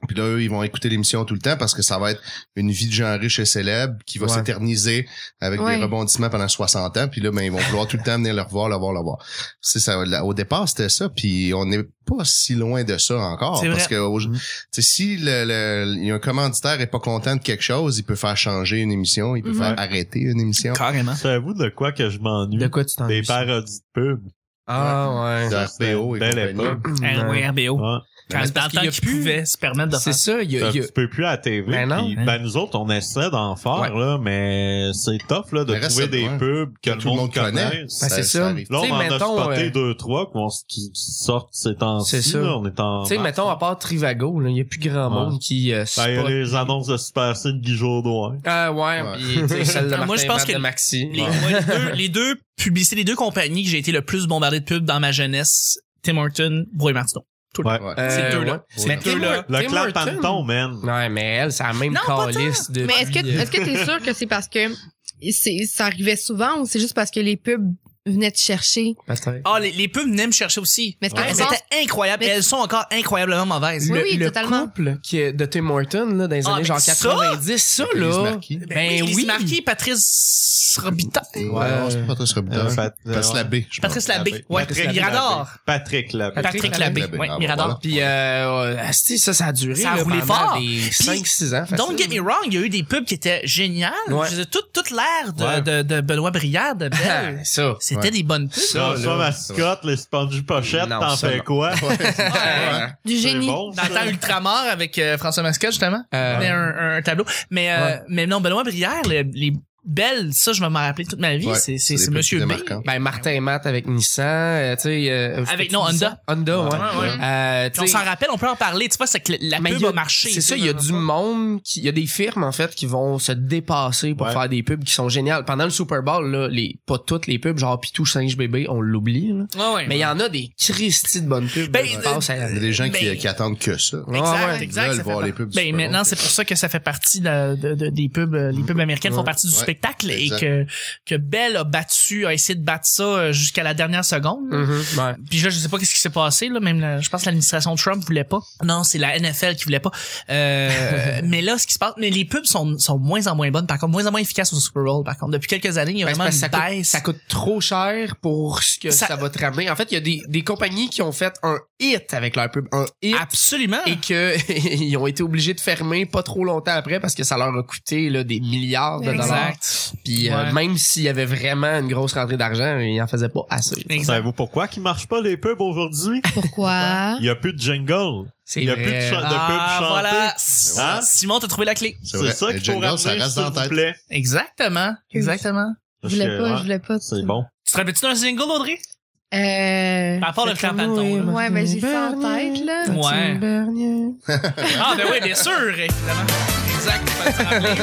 S2: Puis là, eux, ils vont écouter l'émission tout le temps parce que ça va être une vie de gens riches et célèbres qui va
S3: Ouais.
S2: s'éterniser avec
S4: Ouais.
S2: des rebondissements pendant 60 ans. Puis là, ben, ils vont vouloir tout le temps venir le revoir, le voir, le voir. C'est ça. là, au départ, c'était ça. Puis on n'est pas si loin de ça encore.
S1: C'est
S2: Parce
S1: vrai.
S2: que au- tu sais, si le, le- il y a un commanditaire est pas content de quelque chose, il peut faire changer une émission, il peut
S4: Mhm.
S2: faire arrêter une émission.
S1: Carrément.
S5: J'avoue de quoi que je m'ennuie.
S3: De quoi tu t'en
S5: Des parodies de pub.
S3: Ah,
S2: De
S3: ouais.
S2: RPO et
S5: Belle
S2: compagnie.
S5: époque.
S3: Ben
S1: Ah oui, RBO.
S5: Ouais.
S1: Quand
S3: Mais c'est
S1: dans
S3: parce
S1: le temps
S3: qu'il y a
S1: qu'ils
S3: plus-
S1: pouvaient se permettre de
S3: C'est
S1: faire
S3: ça, il y a-
S5: T'as-
S3: il y a-
S5: Tu peux plus à la TV.
S3: Ben non.
S5: puis,
S1: Hein.
S5: ben, nous autres, on essaie d'en faire,
S3: Ouais.
S5: là, mais c'est tough, là, de
S2: Mais reste
S5: trouver
S2: ça,
S5: des
S2: ouais.
S5: pubs que, le monde connaisse.
S3: Ben, c'est ça.
S2: arrive.
S5: Là,
S3: Tu
S5: on
S3: sais,
S5: en a
S3: mettons,
S5: spoté
S3: euh,
S5: deux, trois qu'on s- qui sortent ces temps-ci.
S3: C'est ça.
S5: là, On est en.
S3: Tu sais,
S5: mars.
S3: mettons, à part Trivago, il n'y a plus grand
S5: Ouais.
S3: monde qui euh,
S5: Ben, il y a
S3: spot.
S5: les annonces de Super C de Guy Jodoin.
S3: Ah
S2: Ouais.
S3: ouais, puis tu sais, celle de
S1: [LAUGHS] Moi,
S3: Martin
S1: je pense
S3: Matt
S1: que
S3: de Maxi.
S1: les, moi, les deux, les deux publicités, les deux compagnies que j'ai été le plus bombardé de pubs dans ma jeunesse, Tim Horton, Brouille Martineau.
S5: Ouais.
S2: Ouais.
S3: Euh,
S1: Ces deux-là.
S3: ouais.
S1: Ces
S2: Mais
S1: deux-là.
S3: Tim Horton-
S5: Le
S3: Tim
S5: clan
S3: Horton.
S5: Panton, man.
S3: Ouais, mais elle, c'est la même
S1: Non, pas
S3: calice de. euh,
S4: mais est-ce que est-ce que t'es sûr que c'est parce que c'est ça arrivait souvent ou c'est juste parce que les pubs venaient te chercher
S3: Peut-être.
S1: Ah, les, les pubs venaient me chercher aussi.
S4: mais c'est parce
S1: Elles
S4: que je pense-
S1: étaient incroyables.
S4: Mais-
S1: Elles sont encore incroyablement mauvaises.
S4: Oui,
S3: le,
S4: oui,
S3: le
S4: totalement.
S3: couple qui est de Tim Horton là, dans les
S1: Ah,
S3: années
S1: mais
S3: genre
S1: ça-
S3: 90, ça,
S2: Elise
S3: là.
S2: Marquis.
S1: Ben oui. Lise Marquis, Patrice Robitaille.
S2: Ouais, non, c'est pas Patrice
S5: Euh,
S2: Robitaille. Patrice Labbé, je pense.
S1: ben, euh, Patrice Labbé.
S5: Labbé.
S1: Ouais,
S3: Patrice Labbé.
S1: Mirador.
S5: Patrick Labbé.
S3: Patrick
S1: Patrick Labbé.
S2: Labbé.
S1: Ouais,
S2: Ah,
S1: Mirador.
S2: voilà.
S3: Puis, euh, asti, ça, ça a duré.
S1: Ça a
S3: là,
S1: roulé
S3: pendant
S1: fort.
S3: Des
S1: Puis,
S3: 5-6 ans.
S1: Don't
S3: [LAUGHS]
S1: get me wrong, il y a eu des pubs qui étaient géniales.
S3: Ouais.
S1: Je veux dire, Toute, toute l'ère de,
S5: Ouais.
S1: de, de Benoît Briard,
S3: [LAUGHS]
S1: de Belle,
S3: wrong. ça.
S1: c'était
S2: Ouais.
S1: des bonnes
S3: [LAUGHS]
S1: pubs.
S3: Ça,
S5: Dans
S3: là.
S5: ça, mascotte, les sponges pochettes,
S3: Non,
S5: t'en
S3: ça,
S5: fais
S3: non.
S5: quoi?
S3: [LAUGHS] Euh,
S2: Ouais.
S4: du
S5: C'est
S4: génie
S5: bon,
S1: Dans le
S5: ça.
S1: temps Ultramar avec euh, François Mascotte, justement.
S3: Euh,
S1: Il y avait Ben, un, un tableau. Mais, euh, mais non, Benoît Brière, le- les belles, ça, je vais m'en rappeler toute ma vie.
S2: Ouais,
S1: c'est,
S2: c'est
S1: c'est,
S2: les
S1: c'est
S2: plus
S1: Monsieur B.
S2: démarquants.
S3: Ben, Martin et Matt avec Nissan, euh, tu sais. euh,
S1: Avec- non,
S3: Nissan? Honda, ouais.
S1: Ouais, ouais.
S3: Euh, tu
S1: Puis on
S3: sais,
S1: s'en rappelle, on peut en parler. Tu vois, c'est que le- la
S3: mais
S1: pub
S3: il y a-
S1: a marché.
S3: C'est ça, il y a du monde, qui- il y a des firmes en fait qui vont se dépasser pour
S5: Ouais.
S3: faire des pubs qui sont géniales. Pendant le Super Bowl, là, les, pas toutes les pubs, genre Pitou singe bébé, on l'oublie. là.
S1: Ouais, ouais.
S3: Mais il y en a des Christy de bonnes pubs.
S1: Ben,
S3: là, qui
S1: euh,
S3: passent à-
S2: Il y a des gens
S1: Ben-
S2: qui, qui attendent que ça.
S3: Ouais,
S1: Exact,
S3: Ah
S1: exact.
S3: ouais.
S2: Ils
S1: ça
S2: veulent
S1: fait
S2: voir
S1: par-
S2: les pubs du
S1: Ben,
S2: Super Bowl.
S1: maintenant, c'est pour ça que ça fait partie de- de- de- des pubs, euh, les pubs américaines font
S3: Ouais.
S1: partie du
S2: Ouais.
S1: spectacle
S2: Ouais,
S1: et
S2: exact.
S1: que, que Belle a battu, a essayé de battre ça euh, jusqu'à la dernière seconde.
S3: Mhm, ouais.
S1: Puis là, je sais pas qu'est-ce qui s'est passé là, même la- je pense que l'administration Trump voulait pas. Non, c'est la NFL qui voulait pas.
S3: [LAUGHS]
S1: Euh, mais là, ce qui se passe, mais les pubs sont sont moins en moins bonnes par contre, moins en moins efficaces au Super Bowl par contre. Depuis quelques années, il y a
S3: Ben, c'est
S1: vraiment
S3: parce
S1: une
S3: que ça, coûte,
S1: baisse.
S3: ça coûte trop cher pour ce que
S1: Ça-
S3: ça, va te ramener. En fait, il y a des, des compagnies qui ont fait un hit avec leur pub, un hit
S1: Absolument.
S3: et que [LAUGHS] ils ont été obligés de fermer pas trop longtemps après parce que ça leur a coûté là, des milliards de dollars.
S1: exact.
S3: Puis euh,
S1: Ouais.
S3: même s'il y avait vraiment une grosse rentrée d'argent, ils en faisaient pas assez.
S1: Exact. Ah.
S5: Savez-vous pourquoi qu'ils marchent pas les pubs aujourd'hui?
S4: pourquoi
S5: Il y a plus de jingle.
S3: C'est
S5: Il y a plus de,
S3: vrai.
S5: cha- de
S1: Ah,
S5: pubs
S1: voilà.
S5: chantées.
S1: Hein? Simon, t'as trouvé la clé.
S2: C'est
S5: C'est
S2: vrai.
S5: ça
S2: Le
S5: qu'il faut
S2: jingle, ça
S5: ramener,
S2: reste dans
S5: s'il
S2: la
S5: vous
S2: tête.
S5: plaît.
S1: Exactement. Exactement.
S4: je voulais
S5: Parce que,
S4: pas
S5: ouais,
S4: je voulais pas
S5: C'est bon.
S1: Tu te rappelles-tu d'un single, Audrey?
S4: euh...
S1: À part le clan Panton, là.
S4: ouais mais j'ai ça en tête là
S1: Ouais. Ah, ben oui, bien sûr, évidemment. Exact, faut se rappeler.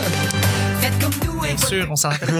S1: Bien sûr, on s'en rappelle.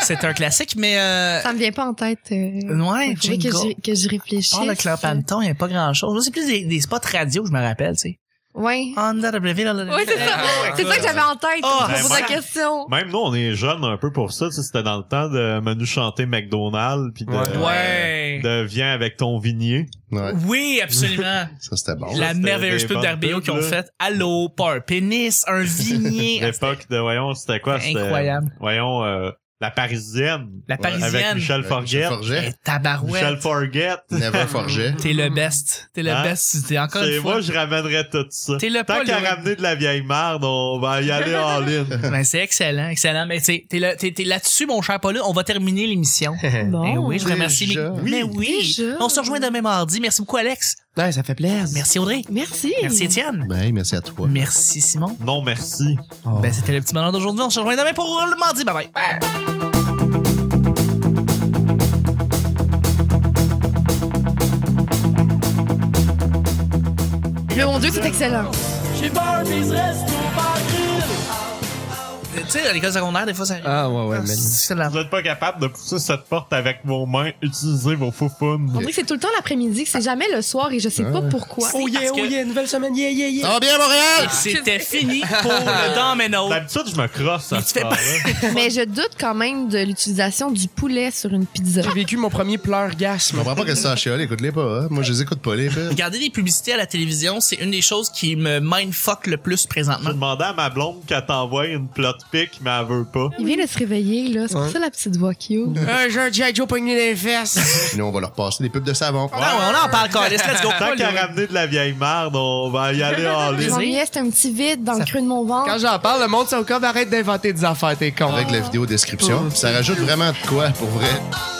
S1: C'est un classique, mais... Euh...
S4: ça me vient pas en tête euh...
S1: Ouais,
S4: faudrait que
S1: jingle.
S4: je que je réfléchisse
S1: Ah, le clapanton, il n'y a pas grand-chose. Moi, C'est plus des, des spots radio, je me rappelle, tu sais.
S4: ouais
S1: Under the Breville, under the-
S4: ouais c'est ça c'est ça que j'avais en tête
S1: Ah,
S4: c'est pour
S5: ben
S4: ta question
S5: Même nous, on est jeunes un peu pour ça. tu sais, C'était dans le temps de Manu chanter McDonald's puis de,
S3: Ouais.
S1: Ouais.
S5: de Viens avec ton vignier.
S2: Ouais,
S1: Oui,
S5: [LAUGHS]
S1: absolument.
S2: ça, c'était bon.
S1: la
S5: c'était
S1: merveilleuse
S5: des
S1: pub
S5: bonnes
S1: d'RBO
S5: pubs,
S1: qu'ils ont
S5: là.
S1: faite. Allô, par un pénis, un
S5: [LAUGHS]
S1: vignier. Ah, c'était
S5: L'époque de, voyons, c'était quoi? C'était,
S1: Incroyable.
S5: Voyons, euh, la parisienne.
S1: La
S5: Avec
S1: parisienne.
S5: Michel
S1: Eh,
S5: Forget.
S2: Euh, Forget.
S5: Michel
S1: Tabarouette.
S5: Forget.
S2: Never Forget.
S1: T'es le best. T'es le
S5: Hein?
S1: best. T'es encore
S5: C'est
S1: une fois.
S5: moi, je ramènerais tout ça.
S1: T'es le
S5: Tant
S1: Paul
S5: qu'à
S1: Louis.
S5: ramener de la vieille merde, on va
S1: [LAUGHS]
S5: y aller en ligne.
S1: Ben, c'est excellent, excellent. Mais tu sais, t'es là- t'es- t'es là-dessus, mon cher Paul. On va terminer l'émission.
S3: [LAUGHS]
S4: bon
S1: Ben oui, je remercie. mes-
S2: déjà.
S1: Mais oui,
S4: Déjà.
S1: on se rejoint demain mardi. Merci beaucoup, Alex.
S3: Ouais, ça fait plaisir.
S1: Merci, Audrey.
S4: merci
S1: Merci, Étienne.
S2: Ben, hey, merci à toi.
S1: Merci, Simon.
S5: Non, merci.
S3: Oh.
S1: Ben, c'était le petit malin d'aujourd'hui. On se rejoint demain pour le mardi. Bye bye.
S4: Mais mon Dieu, c'est excellent.
S1: Euh, Tu sais, à l'école secondaire, des fois, ça arrive.
S3: Ah, ouais, ouais, man.
S1: c'est de la-
S5: Vous n'êtes pas capable de pousser cette porte avec vos mains, utilisez vos foufounes.
S4: On dirait que c'est tout le temps l'après-midi, que c'est jamais le soir et je sais pas pourquoi.
S3: Oh yeah,
S1: parce
S3: oh
S1: que-
S3: yeah, nouvelle semaine, yeah, yeah, yeah.
S2: Ça va bien, Montréal?
S1: Ah, C'était fini pour [LAUGHS] le Domino.
S5: D'habitude, je me crosse à
S1: Mais tu
S5: ce
S1: fais pas-
S5: temps-là.
S4: Mais je doute quand même de l'utilisation du poulet sur une pizza.
S3: J'ai vécu mon premier
S2: Je
S3: pleurgasme.
S2: comprends pas que ça chiale, écoute-les pas. hein. Moi, je les écoute pas, les filles.
S1: Regarder les publicités à la télévision, c'est une des choses qui me mindfuck le plus
S5: Je
S1: présentement.
S5: demandais à ma blonde qu'elle t'envoie une plot pic, mais elle veut pas.
S4: Il vient de se réveiller, là. C'est pour
S3: Ouais.
S4: ça la petite voix cute.
S3: Un jeu G.I. Joe pogné les fesses.
S2: Sinon, on va leur passer des pubs de savon.
S1: Ah ouais, on en parle, Carlis. Let's go.
S5: Tant qu'à ramener de la vieille merde, on va y aller en
S4: Je
S5: ligne.
S4: m'ennuyais, c'était un petit vide dans le creux de mon ventre.
S3: Quand j'en parle, le monde, c'est au arrête d'inventer des affaires, t'es con.
S2: Avec la vidéo description. Ça rajoute vraiment de quoi, pour vrai.